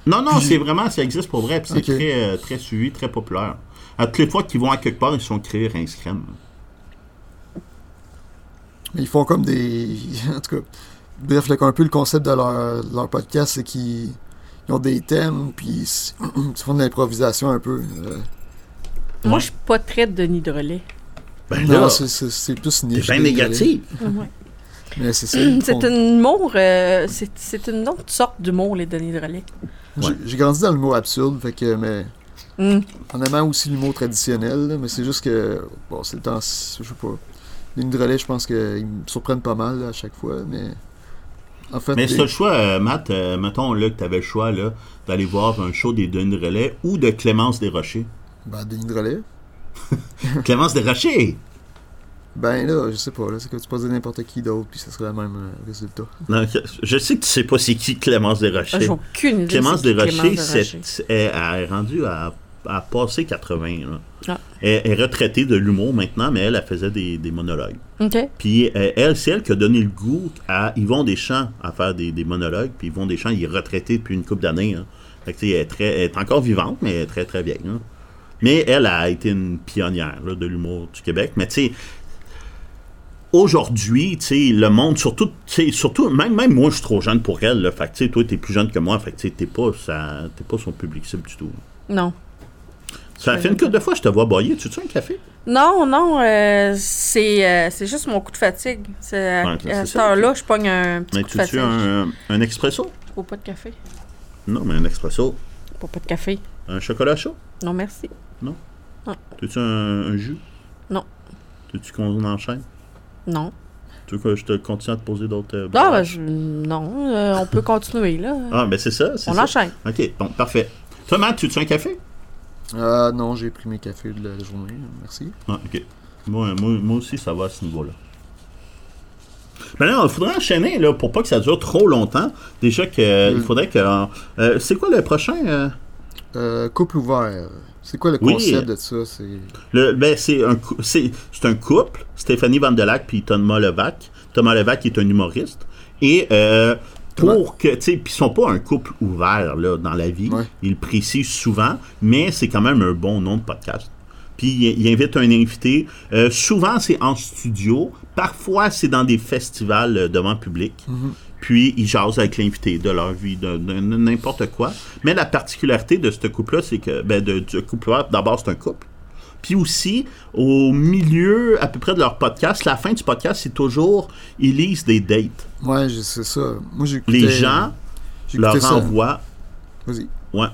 [SPEAKER 2] Non, non, c'est vraiment, ça existe pour vrai, puis c'est
[SPEAKER 1] Ok.
[SPEAKER 2] très, euh, très suivi, très populaire. À toutes les fois qu'ils vont à quelque part, ils se sont créés Rince Crème.
[SPEAKER 1] Mais ils font comme des. En tout cas, bref, là, un peu le concept de leur, leur podcast, c'est qu'ils ils ont des thèmes, puis ils s- ils font de l'improvisation un peu. Euh,
[SPEAKER 3] Moi, je suis pas très Denis Drolet.
[SPEAKER 2] Ben
[SPEAKER 1] non, c'est- c'est c'est plus niche.
[SPEAKER 2] bien
[SPEAKER 1] désolé.
[SPEAKER 2] négatif.
[SPEAKER 1] Mais c'est ça. ils font-
[SPEAKER 3] C'est un humour, euh, c'est c'est une autre sorte d'humour, les Denis Drolet.
[SPEAKER 1] J'ai j'ai grandi dans le mot absurde, fait que, mais
[SPEAKER 3] Mm.
[SPEAKER 1] en aimant aussi l'humour traditionnel, là, mais c'est juste que, bon, c'est le temps, je sais pas. Les Nidrelais, je pense qu'ils me surprennent pas mal là, à chaque fois, mais en fait,
[SPEAKER 2] Mais
[SPEAKER 1] des-
[SPEAKER 2] c'est le choix, euh, Matt, euh, mettons là, que tu avais le choix là, d'aller voir un show des Denis Relais ou de Clémence Desrochers.
[SPEAKER 1] ben, des Nidrelais,
[SPEAKER 2] Clémence Desrochers!
[SPEAKER 1] ben là, je sais pas, là, c'est que tu peux dire n'importe qui d'autre, puis ça serait le même euh, résultat.
[SPEAKER 2] Non, je- je sais que tu sais pas c'est qui Clémence
[SPEAKER 3] Ah,
[SPEAKER 2] Desrochers.
[SPEAKER 3] J'ai aucune idée.
[SPEAKER 2] Clémence
[SPEAKER 3] c'est qui
[SPEAKER 2] Desrochers,
[SPEAKER 3] Clémence
[SPEAKER 2] c'est- elle elle est rendue à, à passer 80. là.
[SPEAKER 3] Ah.
[SPEAKER 2] Elle elle est retraitée de l'humour maintenant, mais elle, elle faisait des- des monologues.
[SPEAKER 3] OK.
[SPEAKER 2] Puis euh, elle, c'est elle qui a donné le goût à Yvon Deschamps à faire des, des monologues. Puis Yvon Deschamps, il est retraité depuis une couple d'années. hein. Fait que, tu sais, elle, est très- elle est encore vivante, mais elle est très, très vieille. hein. Mais elle a été une pionnière là, de l'humour du Québec. Mais tu sais, aujourd'hui, tu sais, le monde, surtout, tu sais, surtout même, même moi, je suis trop jeune pour elle. Là, fait que, tu sais, toi, t'es plus jeune que moi. Fait que, tu sais, t'es pas, sa- t'es pas son public cible du tout.
[SPEAKER 3] Non.
[SPEAKER 2] Ça fait une couple de fois, je te vois boyer. Tu te un café?
[SPEAKER 3] Non, non, euh, c'est euh, c'est juste mon coup de fatigue. C'est euh, à,
[SPEAKER 2] Ouais, c'est
[SPEAKER 3] à cette
[SPEAKER 2] ça,
[SPEAKER 3] heure-là, je pogne un petit
[SPEAKER 2] Mais
[SPEAKER 3] coup de
[SPEAKER 2] tu
[SPEAKER 3] fatigue.
[SPEAKER 2] tu un, un expresso?
[SPEAKER 3] Je bois pas de café.
[SPEAKER 2] Non, mais un expresso.
[SPEAKER 3] Je bois pas de café.
[SPEAKER 2] Un chocolat chaud?
[SPEAKER 3] Non, merci.
[SPEAKER 2] T'as-tu un, un jus?
[SPEAKER 3] Non.
[SPEAKER 2] T'as-tu qu'on enchaîne?
[SPEAKER 3] Non.
[SPEAKER 2] Tu veux que je te continue à te poser d'autres... euh,
[SPEAKER 3] Non, ben,
[SPEAKER 2] barrages?
[SPEAKER 3] je- non euh, on peut continuer, là.
[SPEAKER 2] Ah, ben c'est ça, c'est
[SPEAKER 3] on
[SPEAKER 2] ça.
[SPEAKER 3] enchaîne.
[SPEAKER 2] OK, bon, parfait. Toi, Matt, tu veux un café?
[SPEAKER 1] Ah non, j'ai pris mes cafés de la la journée, merci.
[SPEAKER 2] Ah, OK. Moi, moi, moi aussi, ça va à ce niveau-là. Ben là, il faudrait enchaîner, là, pour pas que ça dure trop longtemps. Déjà que, euh,
[SPEAKER 1] Mm.
[SPEAKER 2] il faudrait que... euh, euh, c'est quoi le prochain... euh,
[SPEAKER 1] Euh, couple ouvert, c'est quoi le
[SPEAKER 2] Oui.
[SPEAKER 1] concept de ça? C'est
[SPEAKER 2] Le, ben, c'est un, cou- c'est, c'est un couple, Stéphanie Vandelac puis Thomas Levac. Thomas Levac est un humoriste. Et euh, pour que, tu sais, puis ils sont pas un couple ouvert là, dans la vie.
[SPEAKER 1] Ouais.
[SPEAKER 2] Ils le précisent souvent, mais c'est quand même un bon nom de podcast. Puis il il invite un invité. Euh, souvent, c'est en studio. Parfois, c'est dans des festivals euh, devant public. Puis ils jasent avec l'invité de leur vie, de, de- de n'importe quoi. Mais la particularité de ce couple-là, c'est que, ben, de, du couple, d'abord, c'est un couple. Puis aussi, au milieu à peu près de leur podcast, la fin du podcast, c'est toujours, ils lisent des dates.
[SPEAKER 1] ouais, je- c'est ça. Moi, j'ai
[SPEAKER 2] Les
[SPEAKER 1] écouté-
[SPEAKER 2] gens
[SPEAKER 1] j'ai écouté
[SPEAKER 2] leur
[SPEAKER 1] ça.
[SPEAKER 2] envoient
[SPEAKER 1] Vas-y.
[SPEAKER 2] Ouais.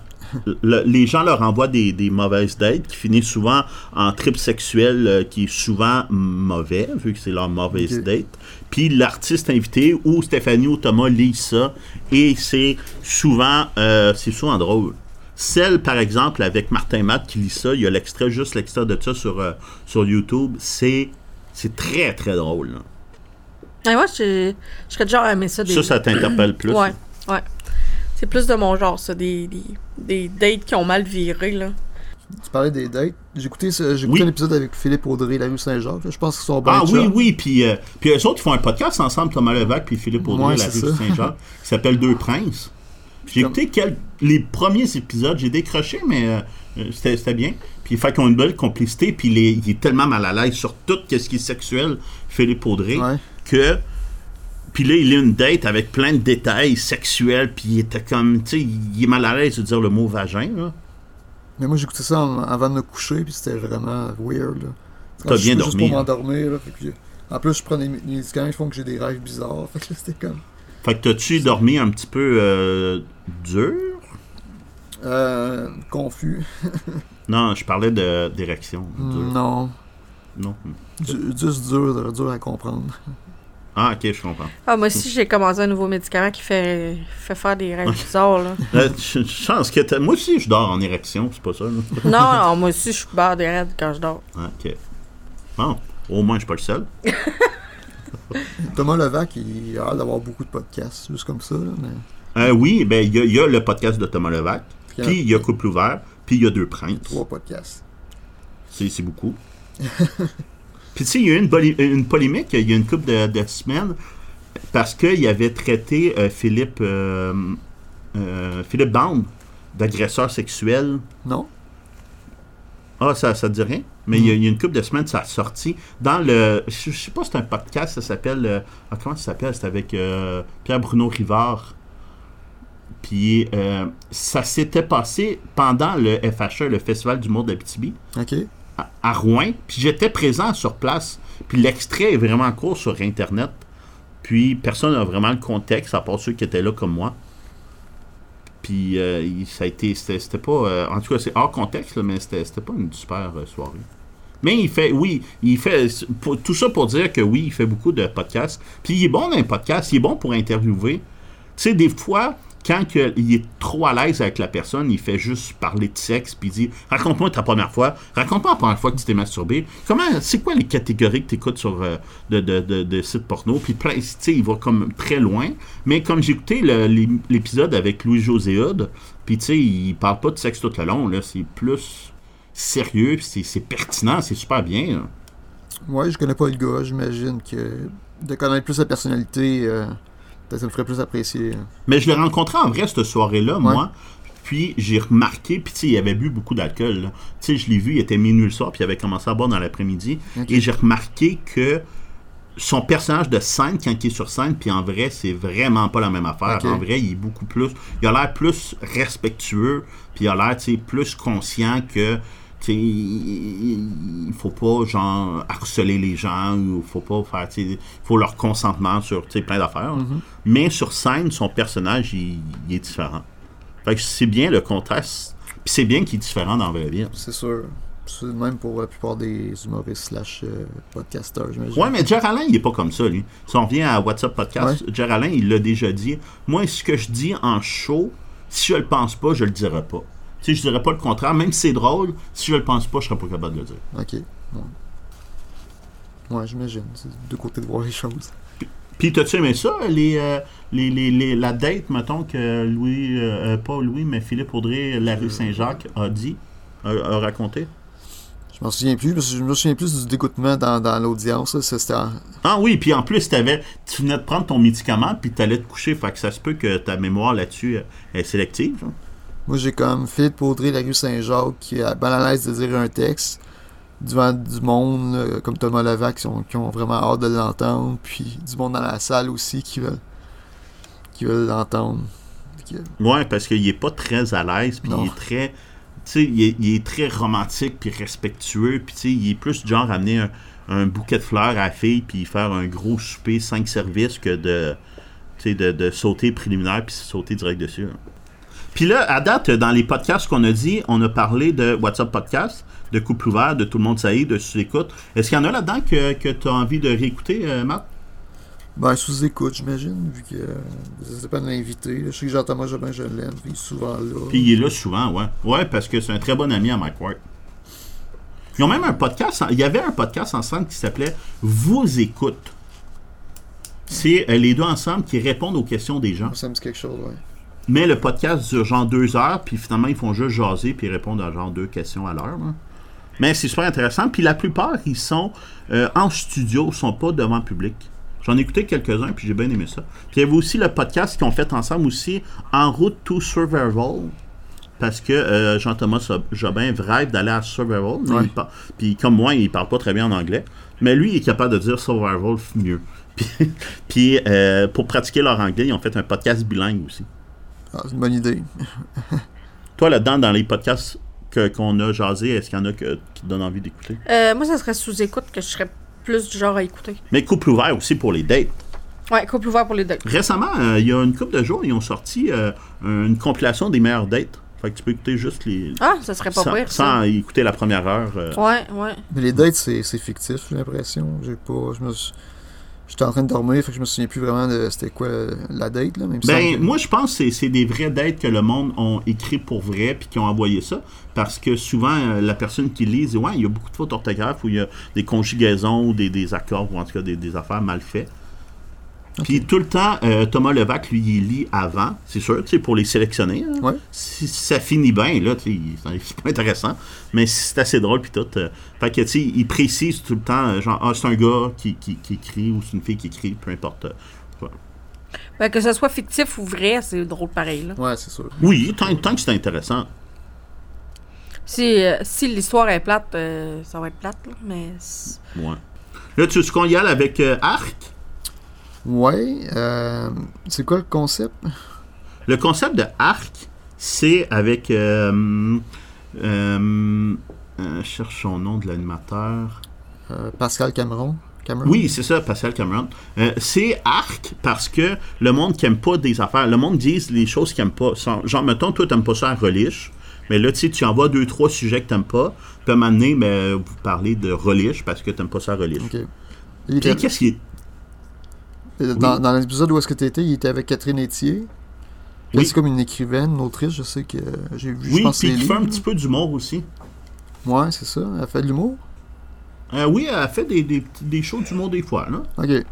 [SPEAKER 2] Le- les gens leur envoient des, des mauvaises dates qui finissent souvent en trip sexuel euh, qui est souvent mauvais, vu que c'est leur mauvaise
[SPEAKER 1] Ok.
[SPEAKER 2] date. Puis l'artiste invité ou Stéphanie ou Thomas lit ça et c'est souvent, euh, c'est souvent drôle. Celle, par exemple, avec Martin Matt qui lit ça, il y a l'extrait, juste l'extrait de ça sur, euh, sur YouTube, c'est c'est très, très drôle. là.
[SPEAKER 3] Et moi, je je serais déjà aimé ça. Ah, Des...
[SPEAKER 2] Ça, ça t'interpelle plus.
[SPEAKER 3] Ouais, ouais. C'est plus de mon genre, ça, des, des, des dates qui ont mal viré, là.
[SPEAKER 1] Tu parlais des dates. J'ai écouté, ce- j'ai
[SPEAKER 2] Oui.
[SPEAKER 1] écouté l'épisode avec Philippe Audrey, La rue Saint-Jacques. là. Je pense qu'ils sont bien
[SPEAKER 2] Ah oui,
[SPEAKER 1] chums.
[SPEAKER 2] oui, puis euh, puis eux autres, ils font un podcast ensemble, Thomas Levac puis Philippe Audrey,
[SPEAKER 1] Ouais,
[SPEAKER 2] à la rue
[SPEAKER 1] c'est ça.
[SPEAKER 2] Saint-Jacques, qui s'appelle Deux Princes. J'ai écouté quel- les premiers épisodes, j'ai décroché, mais euh, euh, c'était c'était bien. Puis fait qu'ils ont une belle complicité, puis il est, il est tellement mal à l'aise sur tout ce qui est sexuel, Philippe Audrey,
[SPEAKER 1] Ouais.
[SPEAKER 2] que... Puis là, il a une date avec plein de détails sexuels, puis il était comme... Tu sais, il est mal à l'aise de dire le mot vagin, là.
[SPEAKER 1] Mais moi, j'écoutais ça en- avant de me coucher, puis c'était vraiment weird. là. Quand
[SPEAKER 2] T'as
[SPEAKER 1] je
[SPEAKER 2] bien
[SPEAKER 1] couche Juste pour
[SPEAKER 2] dormi, hein.
[SPEAKER 1] m'endormir. là, fait que j'ai- En plus, je prends des mé- des médicaments qui font que j'ai des rêves bizarres. Fait que là, c'était comme.
[SPEAKER 2] Fait que t'as-tu dormi un petit peu euh, dur?
[SPEAKER 1] Euh, confus.
[SPEAKER 2] Non, je parlais de d'érection. Dur.
[SPEAKER 1] Non.
[SPEAKER 2] Non.
[SPEAKER 1] Du- Juste dur, dur à comprendre.
[SPEAKER 2] Ah, ok, je comprends.
[SPEAKER 3] Ah, moi aussi, j'ai commencé un nouveau médicament qui fait, fait faire des rêves bizarres, là.
[SPEAKER 2] Euh, je- je pense que t'as- Moi aussi, je dors en érection, c'est pas ça, là.
[SPEAKER 3] Non, non, moi aussi, je suis barre des rêves quand je dors.
[SPEAKER 2] Ah, Ok. Bon, au moins, je suis pas le seul.
[SPEAKER 1] Thomas Levac, il a l'air d'avoir beaucoup de podcasts, juste comme ça. Là, mais...
[SPEAKER 2] Euh, oui, ben, il y, a- il y a le podcast de Thomas Levac,
[SPEAKER 1] Puis,
[SPEAKER 2] puis il y a Couple ouvert, puis il y a Deux Princes.
[SPEAKER 1] Trois podcasts.
[SPEAKER 2] C'est c'est beaucoup. puis, tu sais, il y a eu une, poli- une polémique il y a une couple de, de semaines parce qu'il avait traité euh, Philippe, euh, euh, Philippe Bande d'agresseur sexuel.
[SPEAKER 1] Non?
[SPEAKER 2] Ah, ça, ça te dit rien? Mais il y a- il y, a une couple de semaines, ça a sorti dans le. Je, je sais pas si c'est un podcast, ça s'appelle. euh, ah, comment ça s'appelle? C'est avec euh, Pierre-Bruno Rivard. Puis euh, ça s'était passé pendant le FHE, le Festival du monde d'Abitibi,
[SPEAKER 1] Ok.
[SPEAKER 2] à, à Rouen. Puis j'étais présent sur place. Puis l'extrait est vraiment court sur Internet. Puis personne n'a vraiment le contexte, à part ceux qui étaient là comme moi. Puis euh, il- ça a été. C'était c'était pas. euh, en tout cas, c'est hors contexte, là, mais c'était c'était pas une super euh, soirée. Mais il fait, oui, il fait pour- tout ça pour dire que oui, il fait beaucoup de podcasts. Puis il est bon dans les podcasts, il est bon pour interviewer. Tu sais, des fois, quand que il est trop à l'aise avec la personne, il fait juste parler de sexe, puis il dit Raconte-moi ta première fois, raconte-moi la première fois que tu t'es masturbé. Comment, c'est quoi les catégories que tu écoutes sur euh, de, de, de- de sites porno Puis, plein- tu sais, il va comme très loin. Mais comme j'ai écouté le- l'é- l'épisode avec Louis-José Hood, puis tu sais, il parle pas de sexe tout le long, là, c'est plus sérieux, puis c'est- c'est pertinent, c'est super bien. là.
[SPEAKER 1] Ouais, je connais pas le gars. J'imagine que de connaître plus sa personnalité, euh, peut-être ça me ferait plus apprécier. hein.
[SPEAKER 2] Mais je l'ai rencontré en vrai cette soirée-là, moi. Puis j'ai remarqué, puis tu sais, il avait bu beaucoup d'alcool. là. Tu sais, je l'ai vu, il était minuit le soir, puis il avait commencé à boire dans l'après-midi.
[SPEAKER 1] Ok.
[SPEAKER 2] Et j'ai remarqué que son personnage de scène, quand il est sur scène, puis en vrai, c'est vraiment pas la même affaire.
[SPEAKER 1] Ok.
[SPEAKER 2] En vrai, il est beaucoup plus. Il a l'air plus respectueux, puis il a l'air, tu sais, plus conscient que. tu sais, il il faut pas genre harceler les gens ou faut pas faire tu sais, faut leur consentement sur tu sais, plein d'affaires
[SPEAKER 1] Mm-hmm.
[SPEAKER 2] mais sur scène son personnage il, il est différent fait que c'est bien le contraste puis c'est bien qu'il est différent dans la vraie vie
[SPEAKER 1] C'est sûr. C'est le même pour la plupart des humoristes slash euh, podcasteurs, j'imagine.
[SPEAKER 2] Ouais, mais Jer Alain, il est pas comme ça, lui. Si on revient à WhatsApp Podcast, Jer Alain, il l'a déjà dit. Moi, ce que je dis en show, si je le pense pas, je le dirai pas. Tu sais, je dirais pas le contraire, même si c'est drôle, si je le pense pas, je serais pas capable de le dire.
[SPEAKER 1] Ok. Ouais, ouais j'imagine. C'est deux côtés de voir les choses.
[SPEAKER 2] Puis, t'as-tu aimé ça, les, euh, les, les, les- la date, mettons, que Louis, euh, euh, pas Louis, mais Philippe Audrey, la rue Saint-Jacques, a dit, a, a raconté?
[SPEAKER 1] Je m'en souviens plus, parce que je me souviens plus du dégoûtement dans, dans l'audience. là. Ça, C'était en-
[SPEAKER 2] Ah oui, puis en plus, t'avais, tu venais de prendre ton médicament, puis t'allais te coucher, fait que ça se peut que ta mémoire là-dessus euh, est sélective. hein.
[SPEAKER 1] Moi, j'ai comme Philippe Audrey, la rue Saint-Jacques, qui est mal à l'aise de dire un texte devant du monde euh, comme Thomas Levac qui, ont- qui ont vraiment hâte de l'entendre, puis du monde dans la salle aussi qui veulent, qui veulent l'entendre. Fait que-
[SPEAKER 2] Ouais, parce qu'il est pas très à l'aise, puis
[SPEAKER 1] Non.
[SPEAKER 2] il est très. Tu sais, il, est- il est très romantique, puis respectueux, puis tu sais, il est plus du genre à amener un, un bouquet de fleurs à la fille, puis faire un gros souper, cinq services, que de, tu sais, de, de sauter préliminaire, puis sauter direct dessus. hein. Puis là, à date, dans les podcasts qu'on a dit, on a parlé de WhatsApp Podcast, de Couple Ouvert, de Tout le monde saillit, de Sous-écoute. Est-ce qu'il y en a là-dedans que, que tu as envie de réécouter, euh, Matt?
[SPEAKER 1] Ben, sous-écoute, j'imagine, vu que euh, c'est pas de l'invité. là. Je sais que Jean-Thomas Jobin, je l'aime, puis il est souvent là.
[SPEAKER 2] Puis il est là souvent, ouais. Ouais, parce que c'est un très bon ami à Mike Ward. Ils ont même un podcast. en- Il y avait un podcast ensemble qui s'appelait Vous écoute. C'est euh, les deux ensemble qui répondent aux questions des gens.
[SPEAKER 1] Ça me dit quelque chose, ouais.
[SPEAKER 2] Mais le podcast dure genre deux heures, puis finalement, ils font juste jaser, puis ils répondent à genre deux questions à l'heure. hein. Mais c'est super intéressant. Puis la plupart, ils sont euh, en studio, ils sont pas devant public. J'en ai écouté quelques-uns, puis j'ai bien aimé ça. Puis il y avait aussi le podcast qu'ils ont fait ensemble aussi, En route to Survival, parce que euh, Jean-Thomas Jobin rêve d'aller à Survival. mais
[SPEAKER 1] Ouais.
[SPEAKER 2] il par- Puis comme moi, il parle pas très bien en anglais, mais lui, il est capable de dire Survival mieux. Puis, puis, euh, pour pratiquer leur anglais, ils ont fait un podcast bilingue aussi.
[SPEAKER 1] Ah, c'est une bonne idée.
[SPEAKER 2] Toi, là-dedans, dans les podcasts que- qu'on a jasé, est-ce qu'il y en a que- qui te donnent envie d'écouter?
[SPEAKER 3] Euh, moi, ça serait sous écoute que je serais plus du genre à écouter.
[SPEAKER 2] Mais couple ouvert aussi pour les dates.
[SPEAKER 3] Ouais, couple ouvert pour les deux.
[SPEAKER 2] Récemment, euh, il y a une couple de jours, ils ont sorti euh, une compilation des meilleures dates. Fait que tu peux écouter juste les.
[SPEAKER 3] Ah, ça serait pas
[SPEAKER 2] sans,
[SPEAKER 3] pire, ça.
[SPEAKER 2] sans écouter la première heure. euh.
[SPEAKER 3] Ouais, ouais.
[SPEAKER 1] Mais les dates, c'est c'est fictif, j'ai l'impression. J'ai pas. Je me suis- J'étais en train de dormir, fait que je me souviens plus vraiment de c'était quoi euh, la date, là. Même
[SPEAKER 2] Ben, moi, je pense que c'est- c'est des vraies dates que le monde ont écrit pour vrai puis qui ont envoyé ça. Parce que souvent, euh, la personne qui lit dit Ouais, il y a beaucoup de fautes d'orthographe ou il y a des conjugaisons ou des, des accords ou en tout cas des, des affaires mal faites. Puis tout le temps, euh, Thomas Levac, lui, il lit avant, c'est sûr, tu sais, pour les sélectionner. hein.
[SPEAKER 1] Ouais.
[SPEAKER 2] Si ça finit bien, là, tu sais, c'est pas intéressant, mais c'est assez drôle, puis tout. euh, fait que, tu sais, il précise tout le temps, euh, genre, ah, c'est un gars qui, qui, qui écrit ou c'est une fille qui écrit, peu importe. euh,
[SPEAKER 3] Ben, que ce soit fictif ou vrai, c'est drôle pareil, là.
[SPEAKER 1] Ouais, c'est sûr.
[SPEAKER 2] Oui, tant, tant que c'est intéressant.
[SPEAKER 3] Si, euh, si l'histoire est plate, euh, ça va être plate, là, mais... c'est-
[SPEAKER 2] Ouais. Là, tu veux qu'on y aille avec euh, Arc?
[SPEAKER 1] Ouais. euh, c'est quoi le concept?
[SPEAKER 2] Le concept de Arc, c'est avec. euh, euh, euh, je cherche son nom de l'animateur.
[SPEAKER 1] Euh, Pascal Cameron. Cameron.
[SPEAKER 2] Oui, c'est ça, Pascal Cameron. Euh, c'est arc parce que le monde qui aime pas des affaires, le monde dit les choses qu'il aime pas. Sans- Genre, mettons, toi, t'aimes pas ça à relish, mais là, tu sais, tu envoies deux, trois sujets que t'aimes pas, puis à un moment donné, ben, vous parlez de relish parce que t'aimes pas ça à relish.
[SPEAKER 1] Ok.
[SPEAKER 2] Puis qu'est-ce qui est...
[SPEAKER 1] Dans, dans l'épisode où est-ce que tu étais, il était avec Catherine Etier. Puis
[SPEAKER 2] Oui.
[SPEAKER 1] C'est comme une écrivaine, une autrice, je sais que j'ai vu. je
[SPEAKER 2] Oui,
[SPEAKER 1] pense
[SPEAKER 2] puis
[SPEAKER 1] les
[SPEAKER 2] qui fait un
[SPEAKER 1] livres.
[SPEAKER 2] petit peu d'humour aussi.
[SPEAKER 1] Ouais, c'est ça. Elle fait de l'humour.
[SPEAKER 2] Euh, oui, elle fait des, des, petits- des shows d'humour des fois, là.
[SPEAKER 1] Ok.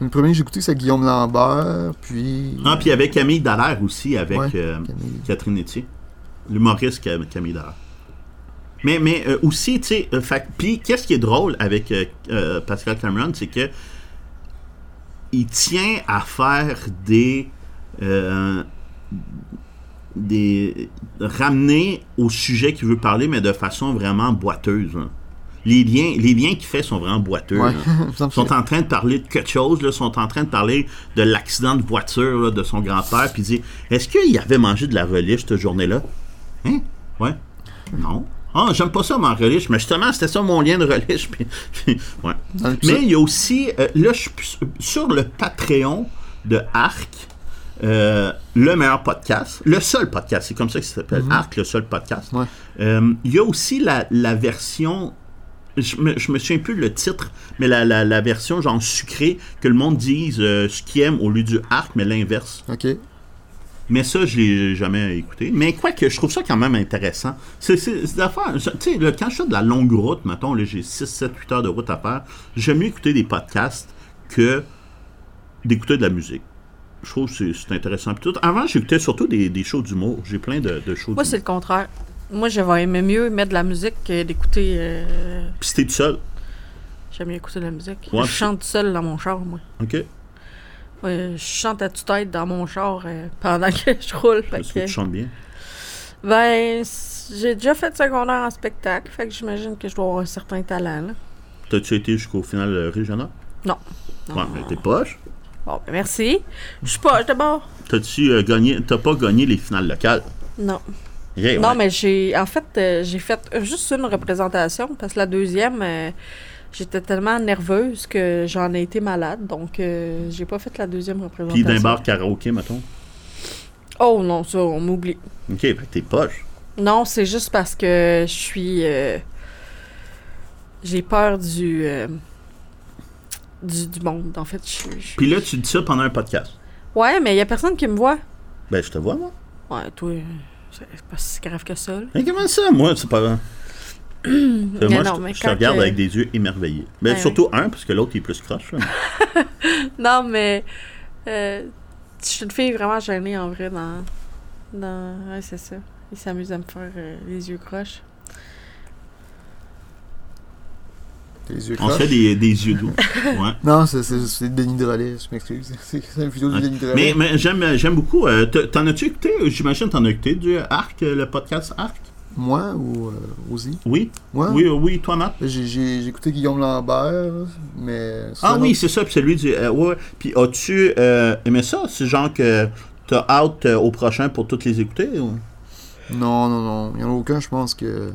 [SPEAKER 1] Le premier que j'ai écouté, c'est Guillaume Lambert, puis.
[SPEAKER 2] Ah, puis il y avait Camille Dallaire aussi, avec
[SPEAKER 1] Ouais,
[SPEAKER 2] euh,
[SPEAKER 1] Camille.
[SPEAKER 2] Catherine Etier. L'humoriste Cam- Camille Dallaire. Mais, mais euh, aussi, tu sais, euh, fait- puis qu'est-ce qui est drôle avec euh, euh, Pascal Cameron, c'est que il tient à faire des. euh, des ramener au sujet qu'il veut parler, mais de façon vraiment boiteuse. hein. Les liens, les liens qu'il fait sont vraiment boiteux.
[SPEAKER 1] Ouais.
[SPEAKER 2] hein
[SPEAKER 1] Il me semble que-
[SPEAKER 2] sont en train de parler de quelque chose, là, sont en train de parler de l'accident de voiture là, de son grand-père, puis il dit Est-ce qu'il avait mangé de la relish cette journée-là Hein Ouais. Non. Ah, j'aime pas ça, mon relish, mais justement, c'était ça mon lien de relish. puis- puis- ouais.
[SPEAKER 1] Dans l'épisode-
[SPEAKER 2] Mais il y a aussi, euh, là, je suis plus- sur le Patreon de Arc, euh, le meilleur podcast, le seul podcast, c'est comme ça qu'il s'appelle, Arc, le seul podcast.
[SPEAKER 1] Ouais.
[SPEAKER 2] Euh, il y a aussi la, la version, je me, je me souviens plus le titre, mais la, la, la version genre sucrée, que le monde dise euh, ce qu'il aime au lieu du Arc, mais l'inverse.
[SPEAKER 1] Ok.
[SPEAKER 2] Mais ça, je l'ai jamais écouté. Mais quoi que je trouve ça quand même intéressant. C'est c'est- c'est d'affaire. je- Tu sais, là, quand je fais de la longue route, mettons, là, j'ai 6, 7, 8 heures de route à faire, j'aime mieux écouter des podcasts que d'écouter de la musique. Je trouve que c'est- c'est intéressant. Puis tout- avant, j'écoutais surtout des, des shows d'humour. J'ai plein de, de shows
[SPEAKER 3] Moi,
[SPEAKER 2] d'humour.
[SPEAKER 3] c'est le contraire. Moi, je vais aimer mieux mettre de la musique que d'écouter... euh,
[SPEAKER 2] Puis c'était tout seul.
[SPEAKER 3] J'aime mieux écouter de la musique.
[SPEAKER 2] Ouais,
[SPEAKER 3] je
[SPEAKER 2] c'est-
[SPEAKER 3] chante seule dans mon char, moi.
[SPEAKER 2] OK?
[SPEAKER 3] Ouais, je chante à toute tête dans mon char euh, pendant que je roule. fait
[SPEAKER 2] Parce que
[SPEAKER 3] que-
[SPEAKER 2] tu chantes bien.
[SPEAKER 3] Ben, c- j'ai déjà fait secondaire en spectacle, fait que j'imagine que je dois avoir un certain talent. là.
[SPEAKER 2] T'as-tu été jusqu'au final euh, régional?
[SPEAKER 3] Non. Ah.
[SPEAKER 2] Ouais, mais t'es poche.
[SPEAKER 3] Bon, ben merci. Je suis pas, d'abord.
[SPEAKER 2] T'as-tu euh, gagné? T'as pas gagné les finales locales?
[SPEAKER 3] Non.
[SPEAKER 2] Yeah,
[SPEAKER 3] Non,
[SPEAKER 2] ouais.
[SPEAKER 3] mais j'ai. En fait, euh, j'ai fait juste une représentation parce que la deuxième, euh, j'étais tellement nerveuse que j'en ai été malade, donc euh, j'ai pas fait la deuxième
[SPEAKER 2] Puis
[SPEAKER 3] représentation.
[SPEAKER 2] d'un bar karaoké, mettons.
[SPEAKER 3] Oh non, ça, on m'oublie.
[SPEAKER 2] OK, fait que t'es poche.
[SPEAKER 3] Non, c'est juste parce que je suis. euh, j'ai peur du, euh, du. du monde, en fait. Je- je-
[SPEAKER 2] Puis là, tu dis ça pendant un podcast.
[SPEAKER 3] Ouais, mais il y a personne qui me voit.
[SPEAKER 2] Ben, je te vois, moi.
[SPEAKER 3] Ouais, toi, euh, c'est c'est pas si grave que ça. là.
[SPEAKER 2] Mais comment ça, moi, c'est pas. Euh, moi,
[SPEAKER 3] Mais non,
[SPEAKER 2] je,
[SPEAKER 3] mais
[SPEAKER 2] je te
[SPEAKER 3] quand
[SPEAKER 2] regarde
[SPEAKER 3] que-
[SPEAKER 2] avec des yeux émerveillés. Mais
[SPEAKER 3] Ouais,
[SPEAKER 2] surtout un, parce que l'autre, il est plus croche. là.
[SPEAKER 3] Non, mais. euh, je suis une fille vraiment gênée, en vrai, dans. dans ouais, c'est ça. Il s'amuse à me faire euh, les yeux croches.
[SPEAKER 1] T'es T'as les yeux
[SPEAKER 2] On se
[SPEAKER 1] croches.
[SPEAKER 2] fait des, des yeux doux. Ouais.
[SPEAKER 1] Non, c'est- c'est c'est Denis Drolet, je m'excuse. C'est c'est une vidéo de
[SPEAKER 2] Ouais.
[SPEAKER 1] Denis Drolet.
[SPEAKER 2] Mais, mais j'aime j'aime beaucoup. euh, t- t'en as-tu écouté J'imagine t'en as écouté du Arc, euh, le podcast Arc
[SPEAKER 1] Moi ou euh, Rosie
[SPEAKER 2] Oui.
[SPEAKER 1] Moi
[SPEAKER 2] Oui, euh, oui, toi, Matt.
[SPEAKER 1] J'ai j'ai- j'ai écouté Guillaume Lambert, mais. c'est
[SPEAKER 2] Ah
[SPEAKER 1] un
[SPEAKER 2] oui,
[SPEAKER 1] autre-
[SPEAKER 2] c'est ça, puis celui du. euh, ouais, ouais. Puis as-tu euh, aimé ça C'est genre que t'as hâte euh, au prochain pour toutes les écouter ou?
[SPEAKER 1] Non, non, non. Il n'y en a aucun, je pense que.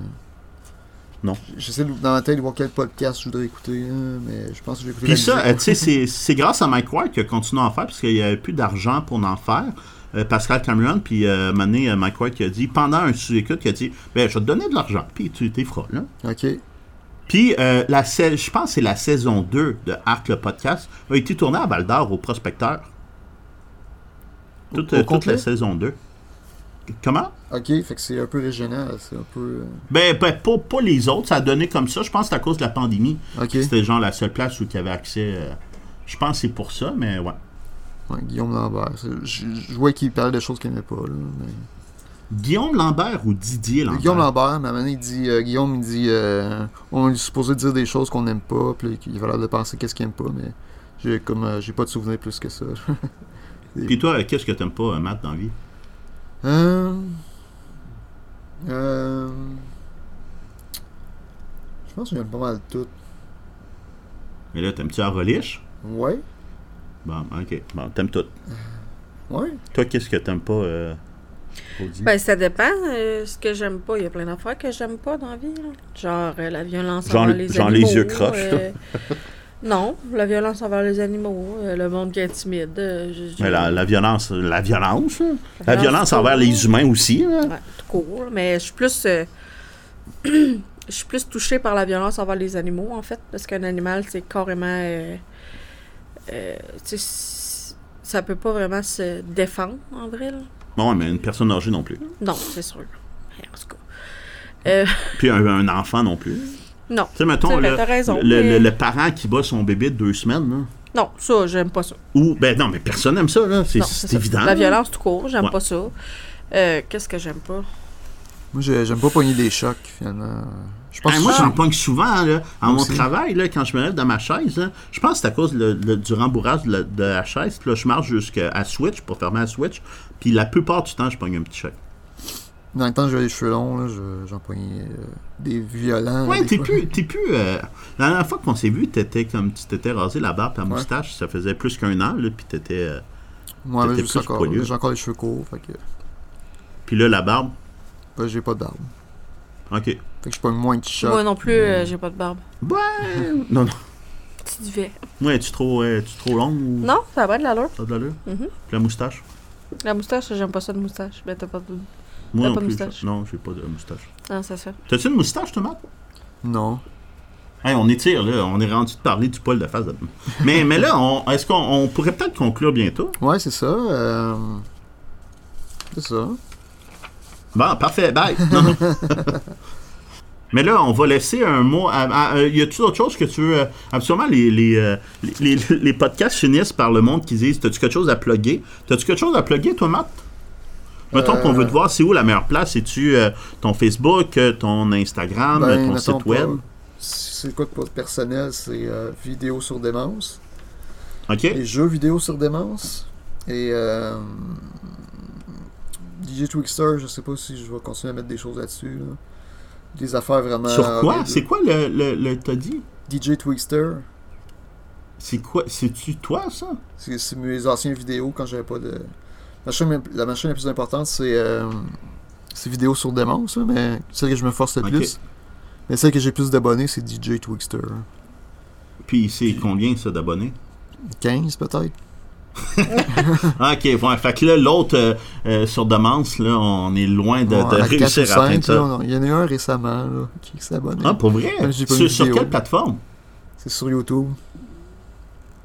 [SPEAKER 2] Non.
[SPEAKER 1] J'essaie de- dans la tête de voir quel podcast je voudrais écouter, hein, mais je pense que j'ai écouté.
[SPEAKER 2] Puis
[SPEAKER 1] la
[SPEAKER 2] ça,
[SPEAKER 1] musique.
[SPEAKER 2] euh, tu sais, c'est- c'est grâce à Mike Ward qu'il a continué à en faire, parce qu'il n'y avait plus d'argent pour en faire. Euh, Pascal Cameron, puis euh, Mané, Mike Ward qui a dit, pendant un sous-écoute, qui a dit, ben, je vais te donner de l'argent, puis tu t'es feras, là.
[SPEAKER 1] Ok.
[SPEAKER 2] Puis, euh, la sais- je pense que c'est la saison 2 de Arc le podcast, a été tournée à Val d'Or au Prospecteur. Toute,
[SPEAKER 1] Au- au
[SPEAKER 2] euh, toute
[SPEAKER 1] complet?
[SPEAKER 2] la saison 2. Comment?
[SPEAKER 1] Ok, fait que c'est un peu régional, c'est un peu. euh,
[SPEAKER 2] Ben, ben, pas, pas les autres, ça a donné comme ça. Je pense que c'est à cause de la pandémie.
[SPEAKER 1] Ok.
[SPEAKER 2] C'était genre la seule place où tu avais accès. euh, je pense que c'est pour ça, mais ouais.
[SPEAKER 1] Ouais, Guillaume Lambert. c'est- Je, je vois qu'il parlait de choses qu'il n'aimait pas, là. mais-
[SPEAKER 2] Guillaume Lambert ou Didier Lambert?
[SPEAKER 1] Guillaume Lambert, mais à un moment donné, il dit, euh, Guillaume, il dit, euh, on est supposé dire des choses qu'on n'aime pas, puis il va l'air de penser qu'est-ce qu'il aime pas, mais j'ai comme, euh, j'ai pas de souvenir plus que ça.
[SPEAKER 2] Puis toi, euh, qu'est-ce que t'aimes pas, euh, Matt, dans la vie?
[SPEAKER 1] Euh, euh, je pense que j'aime pas mal tout.
[SPEAKER 2] Mais là, t'aimes-tu la reliche?
[SPEAKER 1] Ouais,
[SPEAKER 2] Bon, ok. Bon, t'aimes tout.
[SPEAKER 1] ouais.
[SPEAKER 2] Toi, qu'est-ce que t'aimes pas, euh, Audi?
[SPEAKER 3] Ben, ça dépend. euh, ce que j'aime pas, il y a plein d'affaires que j'aime pas dans la vie. là. Genre euh, la violence
[SPEAKER 2] Genre-
[SPEAKER 3] envers les
[SPEAKER 2] genre les
[SPEAKER 3] animaux.
[SPEAKER 2] yeux croches, là.
[SPEAKER 3] euh, non, la violence envers les animaux, euh, le monde qui est timide. euh, je- je-
[SPEAKER 2] Mais la, la violence, la violence, hein? la
[SPEAKER 3] violence
[SPEAKER 2] violence
[SPEAKER 3] pour
[SPEAKER 2] envers
[SPEAKER 3] nous.
[SPEAKER 2] les humains aussi. hein?
[SPEAKER 3] Ouais, tout court. Mais je suis plus. euh, je suis plus touchée par la violence envers les animaux, en fait, parce qu'un animal, c'est carrément. euh, euh, tu sais, c- ça peut pas vraiment se défendre, en vrai. là.
[SPEAKER 2] Bon, mais une personne âgée non plus.
[SPEAKER 3] Non, c'est sûr. En tout cas.
[SPEAKER 2] Puis un, un enfant non plus.
[SPEAKER 3] Non.
[SPEAKER 2] Tu sais, mettons,
[SPEAKER 3] C'est vrai,
[SPEAKER 2] le,
[SPEAKER 3] t'as raison,
[SPEAKER 2] le- le-
[SPEAKER 3] mais-
[SPEAKER 2] le parent qui bat son bébé de deux semaines, là.
[SPEAKER 3] Non, ça, j'aime pas ça.
[SPEAKER 2] Ou, ben non, mais personne n'aime ça, là. C'est
[SPEAKER 3] Non,
[SPEAKER 2] c'est
[SPEAKER 3] ça.
[SPEAKER 2] évident.
[SPEAKER 3] La
[SPEAKER 2] là.
[SPEAKER 3] violence tout court, j'aime
[SPEAKER 2] Ouais.
[SPEAKER 3] pas ça. Euh, Qu'est-ce que j'aime pas?
[SPEAKER 1] Moi, j'ai- j'aime pas pogner des chocs, finalement. Je pense
[SPEAKER 2] Ah, moi,
[SPEAKER 1] que
[SPEAKER 2] j'en pogne souvent, là. À
[SPEAKER 1] Moi
[SPEAKER 2] mon
[SPEAKER 1] aussi.
[SPEAKER 2] travail, là, quand je me lève de ma chaise, là, je pense que c'est à cause le- le- du rembourrage de la, de la chaise. Puis là, je marche jusqu'à Switch pour fermer la Switch. Puis la plupart du temps, je pogne un petit choc.
[SPEAKER 1] dans le temps que j'avais les cheveux longs, là, je- j'en pognais euh, des violents.
[SPEAKER 2] Ouais,
[SPEAKER 1] des
[SPEAKER 2] t'es
[SPEAKER 1] fois.
[SPEAKER 2] plus. T'es plus euh, la dernière fois qu'on s'est vu, t'étais comme. Tu t'étais rasé la barbe et la
[SPEAKER 1] Ouais.
[SPEAKER 2] moustache. Ça faisait plus qu'un an, là. Puis t'étais. euh,
[SPEAKER 1] Moi, là,
[SPEAKER 2] t'étais
[SPEAKER 1] j'ai ça
[SPEAKER 2] plus
[SPEAKER 1] encore.
[SPEAKER 2] poilu.
[SPEAKER 1] là, J'ai encore les cheveux courts, fait que
[SPEAKER 2] puis là, la barbe.
[SPEAKER 1] ben, j'ai pas de barbe.
[SPEAKER 2] Ok.
[SPEAKER 1] Fait que je pogne moins de chocs.
[SPEAKER 3] Moi non plus,
[SPEAKER 2] Mm.
[SPEAKER 3] euh, j'ai pas de barbe.
[SPEAKER 2] Ouais. non, non.
[SPEAKER 3] Tu duvet.
[SPEAKER 2] Ouais, es-tu trop, euh, es-tu trop long ou.
[SPEAKER 3] Non, ça va de l'allure.
[SPEAKER 2] T'as de l'allure?
[SPEAKER 3] Mhm.
[SPEAKER 2] Puis la moustache?
[SPEAKER 3] La moustache, j'aime pas ça de moustache. Ben, t'as pas de.
[SPEAKER 2] Moi
[SPEAKER 3] T'as
[SPEAKER 2] non
[SPEAKER 3] pas de
[SPEAKER 2] plus.
[SPEAKER 3] moustache?
[SPEAKER 2] je- Non, j'ai pas de moustache.
[SPEAKER 3] Non, ça se fait.
[SPEAKER 2] T'as-tu une moustache, Thomas?
[SPEAKER 1] Non.
[SPEAKER 2] Hey, on étire, là. On est rendu de parler du poil de face. mais, mais là, on- est-ce qu'on on pourrait peut-être conclure bientôt?
[SPEAKER 1] Ouais, c'est ça. euh, C'est ça.
[SPEAKER 2] Bon, parfait, bye. Non, non. Mais là, on va laisser un mot. À, à- euh, y a-tu d'autres choses que tu veux. euh, absolument, les, les, euh, les, les- les podcasts finissent par le monde qui disent T'as-tu quelque chose à plugger T'as-tu quelque chose à plugger, toi, Matt Mettons
[SPEAKER 1] Euh,
[SPEAKER 2] qu'on veut te voir, c'est où la meilleure place C'est-tu euh, ton Facebook, euh, ton Instagram,
[SPEAKER 1] Ben,
[SPEAKER 2] euh, ton
[SPEAKER 1] mettons
[SPEAKER 2] site web
[SPEAKER 1] pas- C'est quoi de pas personnel? C'est euh, vidéo sur démence.
[SPEAKER 2] Ok
[SPEAKER 1] Les jeux vidéo sur démence. Et euh, DJ Twixter, je sais pas si je vais continuer à mettre des choses là-dessus. là. Des affaires vraiment.
[SPEAKER 2] Sur quoi
[SPEAKER 1] horribles.
[SPEAKER 2] C'est quoi le. le, le- T'as dit
[SPEAKER 1] DJ Twixter.
[SPEAKER 2] C'est quoi C'est-tu toi, ça
[SPEAKER 1] C'est c'est mes anciennes vidéos quand j'avais pas de. La chaîne, la ma chaîne la plus importante, c'est. euh, c'est vidéo sur démence, là, mais celle que je me force le
[SPEAKER 2] Ok.
[SPEAKER 1] plus. Mais celle que j'ai plus d'abonnés, c'est DJ Twixter.
[SPEAKER 2] Puis c'est combien, ça, d'abonnés
[SPEAKER 1] 15 peut-être.
[SPEAKER 2] Ah, OK, ouais, fait que là, l'autre euh, euh, sur Demance, là, on est loin de, de
[SPEAKER 1] Ouais, à quatre
[SPEAKER 2] réussir
[SPEAKER 1] ou
[SPEAKER 2] à atteindre
[SPEAKER 1] cinq, là,
[SPEAKER 2] ça.
[SPEAKER 1] on a- Il y en a eu un récemment là, qui s'est abonné.
[SPEAKER 2] Ah, pour vrai?
[SPEAKER 1] Même si j'ai pas
[SPEAKER 2] Sur,
[SPEAKER 1] une
[SPEAKER 2] sur
[SPEAKER 1] vidéo.
[SPEAKER 2] quelle plateforme?
[SPEAKER 1] C'est sur YouTube.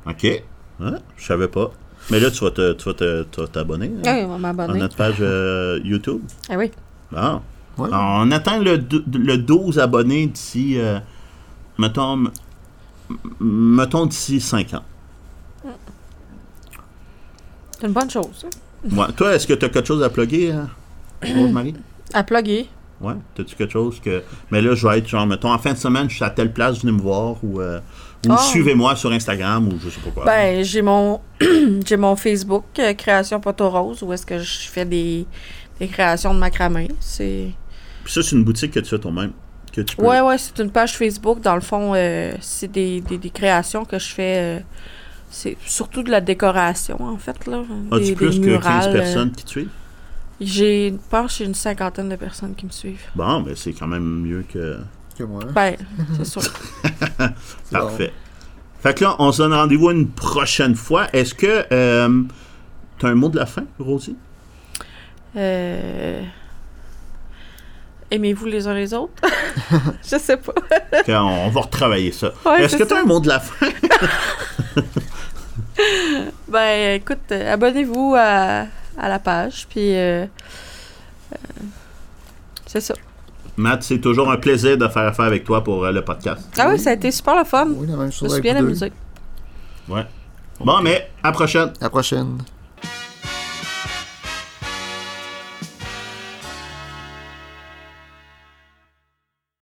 [SPEAKER 2] OK. Hein? Je savais pas. Mais là, tu vas te- tu vas te- tu vas t'abonner hein,
[SPEAKER 3] Ouais, Ah on va
[SPEAKER 2] à
[SPEAKER 3] m'abonner.
[SPEAKER 2] notre page euh, YouTube.
[SPEAKER 3] Ah oui.
[SPEAKER 2] Ah.
[SPEAKER 1] Ouais.
[SPEAKER 2] Alors, on atteint le, dou- le 12 abonnés d'ici, euh, mettons, m- mettons d'ici 5 ans.
[SPEAKER 3] C'est une bonne chose.
[SPEAKER 2] hein, Ouais. Toi, est-ce que tu as quelque chose à plugger, euh, Rose-Marie?
[SPEAKER 3] À plugger.
[SPEAKER 2] Ouais, t'as-tu quelque chose que. Mais là, je vais être genre, mettons, en fin de semaine, je suis à telle place, venez me voir, ou, euh, ou
[SPEAKER 3] Ah.
[SPEAKER 2] suivez-moi sur Instagram, ou je sais pas quoi.
[SPEAKER 3] Ben, j'ai mon j'ai mon Facebook euh, création poteau rose où est-ce que je fais des, des créations de macramé, c'est
[SPEAKER 2] Puis ça, c'est une boutique que tu as toi-même. Que tu peux.
[SPEAKER 3] Ouais ouais, c'est une page Facebook dans le fond euh, c'est des, des, des créations que je fais euh, c'est surtout de la décoration en fait là, des,
[SPEAKER 2] As-tu
[SPEAKER 3] des
[SPEAKER 2] Ah, plus que 15
[SPEAKER 3] murales, euh,
[SPEAKER 2] personnes qui te suivent?
[SPEAKER 3] J'ai je pense j'ai une cinquantaine de personnes qui me suivent.
[SPEAKER 2] Bon, ben c'est quand même mieux que.
[SPEAKER 1] que moi.
[SPEAKER 2] Ah.
[SPEAKER 3] Ben, c'est sûr.
[SPEAKER 1] C'est bon.
[SPEAKER 2] Parfait. Fait que là, on se donne rendez-vous une prochaine fois. Est-ce que. Euh, t'as un mot de la fin, Rosie?
[SPEAKER 3] Euh, Aimez-vous les uns les autres Je sais pas.
[SPEAKER 2] Que on va retravailler ça.
[SPEAKER 3] Ouais,
[SPEAKER 2] Est-ce
[SPEAKER 3] c'est
[SPEAKER 2] que t'as
[SPEAKER 3] ça.
[SPEAKER 2] un mot de la fin?
[SPEAKER 3] Ben, écoute, euh, abonnez-vous à, à la page, puis euh, euh, c'est ça.
[SPEAKER 2] Matt, c'est toujours un plaisir de faire affaire avec toi pour euh, le podcast.
[SPEAKER 3] Ah oui, ça a été super le fun.
[SPEAKER 1] Oui, la même
[SPEAKER 3] Je me
[SPEAKER 1] chose
[SPEAKER 3] suis
[SPEAKER 1] avec
[SPEAKER 3] bien
[SPEAKER 1] vous deux.
[SPEAKER 3] amusée.
[SPEAKER 2] Ouais. Bon, mais à la prochaine.
[SPEAKER 1] À la prochaine.